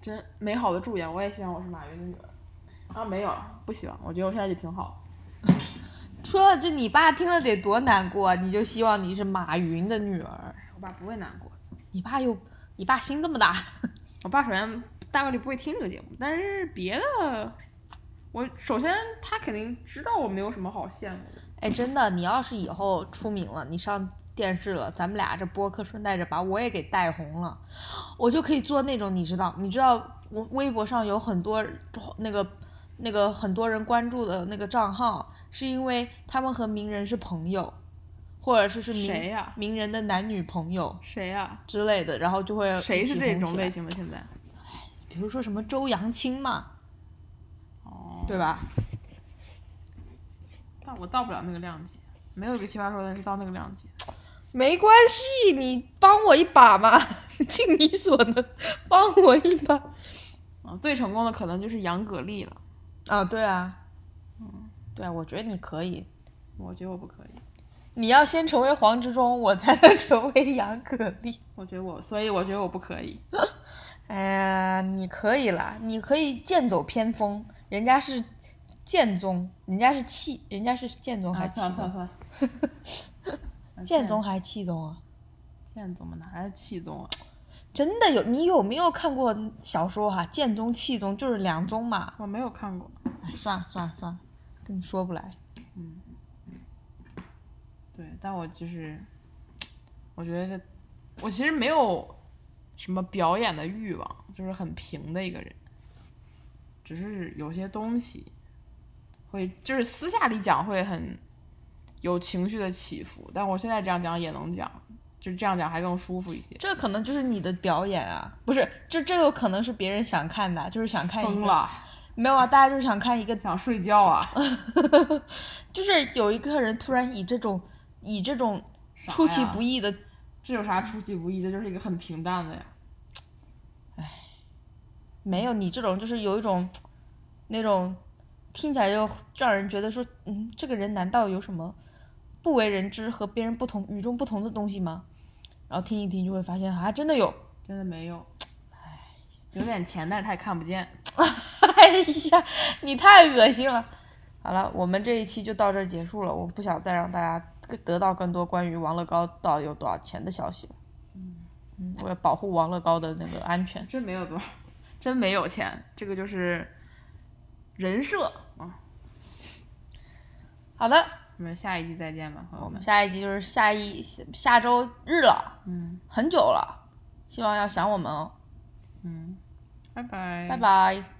[SPEAKER 2] 真美好的祝愿。我也希望我是马云的女儿啊，没有，不希望。我觉得我现在就挺好。
[SPEAKER 1] 说到这，你爸听了得多难过啊！你就希望你是马云的女儿，
[SPEAKER 2] 哎我爸不会难过，
[SPEAKER 1] 你爸又你爸心这么大，
[SPEAKER 2] 我爸首先大概率不会听这个节目，但是别的，我首先他肯定知道我没有什么好羡慕的。
[SPEAKER 1] 哎，真的，你要是以后出名了，你上电视了，咱们俩这播客顺带着把我也给带红了，我就可以做那种，你知道，你知道，我微博上有很多那个那个很多人关注的那个账号，是因为他们和名人是朋友，或者是是名
[SPEAKER 2] 谁呀
[SPEAKER 1] 名人的男女朋友
[SPEAKER 2] 谁呀、
[SPEAKER 1] 之类的，然后就会
[SPEAKER 2] 谁
[SPEAKER 1] 一
[SPEAKER 2] 是
[SPEAKER 1] 起
[SPEAKER 2] 这
[SPEAKER 1] 红
[SPEAKER 2] 种
[SPEAKER 1] 呃起来
[SPEAKER 2] 类，型的？现在
[SPEAKER 1] 比如说什么周扬青嘛，
[SPEAKER 2] 哦，
[SPEAKER 1] 对吧？
[SPEAKER 2] 但我到不了那个量级，没有一个奇葩说的人是到那个量级。
[SPEAKER 1] 没关系，你帮我一把嘛， 尽你所能帮我一把。
[SPEAKER 2] 啊，最成功的可能就是杨葛丽了，
[SPEAKER 1] 啊，对啊，对啊，我觉得你可以。
[SPEAKER 2] 我觉得我不可以，
[SPEAKER 1] 你要先成为黄执中，我才能成为杨可丽。
[SPEAKER 2] 我觉得我，所以我觉得我不可以。
[SPEAKER 1] 哎呀，你可以啦，你可以剑走偏锋，人家是剑宗，人家是气，人家是剑宗还
[SPEAKER 2] 啊，
[SPEAKER 1] 是气
[SPEAKER 2] 算了算了
[SPEAKER 1] 宗？
[SPEAKER 2] 算了。 啊
[SPEAKER 1] 剑宗还是气宗啊？
[SPEAKER 2] 剑宗嘛，哪来的气宗啊？
[SPEAKER 1] 真的有？你有没有看过小说哈、剑宗、气宗就是两宗嘛。
[SPEAKER 2] 我没有看过。
[SPEAKER 1] 哎，算了算了算了，跟你说不来。
[SPEAKER 2] 对，但我就是，我觉得这，我其实没有什么表演的欲望，就是很平的一个人，只是有些东西会，就是私下里讲会很有情绪的起伏，但我现在这样讲也能讲，就这样讲还更舒服一些。
[SPEAKER 1] 这可能就是你的表演啊，不是？这这有可能是别人想看的，就是想看一
[SPEAKER 2] 疯
[SPEAKER 1] 个
[SPEAKER 2] 了，
[SPEAKER 1] 没有啊，大家就是想看一个，
[SPEAKER 2] 想睡 觉啊！
[SPEAKER 1] 就是有一个人突然以这种以这种
[SPEAKER 2] 啥
[SPEAKER 1] 出其
[SPEAKER 2] 呀
[SPEAKER 1] 不意的，
[SPEAKER 2] 这有啥出其不意？这就是一个很平淡的呀。
[SPEAKER 1] 没有你这种就是有一种那种听起来就让人觉得说，嗯，这个人难道有什么不为人知和别人不同、与众不同的东西吗？然后听一听就会发现， 啊，真的有。
[SPEAKER 2] 真的没有，唉，有点钱，但是他也看不见。
[SPEAKER 1] 哎呀，你太恶心了。好了，我们这一期就到这儿结束了。我不想再让大家得到更多关于王乐高到底有多少钱的消息了。嗯，我要保护王乐高的那个安全。
[SPEAKER 2] 真没有多少，真没有钱，这个就是人设啊。
[SPEAKER 1] 好的，
[SPEAKER 2] 我们下一期再见吧，朋友
[SPEAKER 1] 我
[SPEAKER 2] 们
[SPEAKER 1] 们。下一集就是下一下下周日了，
[SPEAKER 2] 嗯
[SPEAKER 1] 很久了，希望要想我们哦。
[SPEAKER 2] 嗯，拜拜，
[SPEAKER 1] 拜。拜。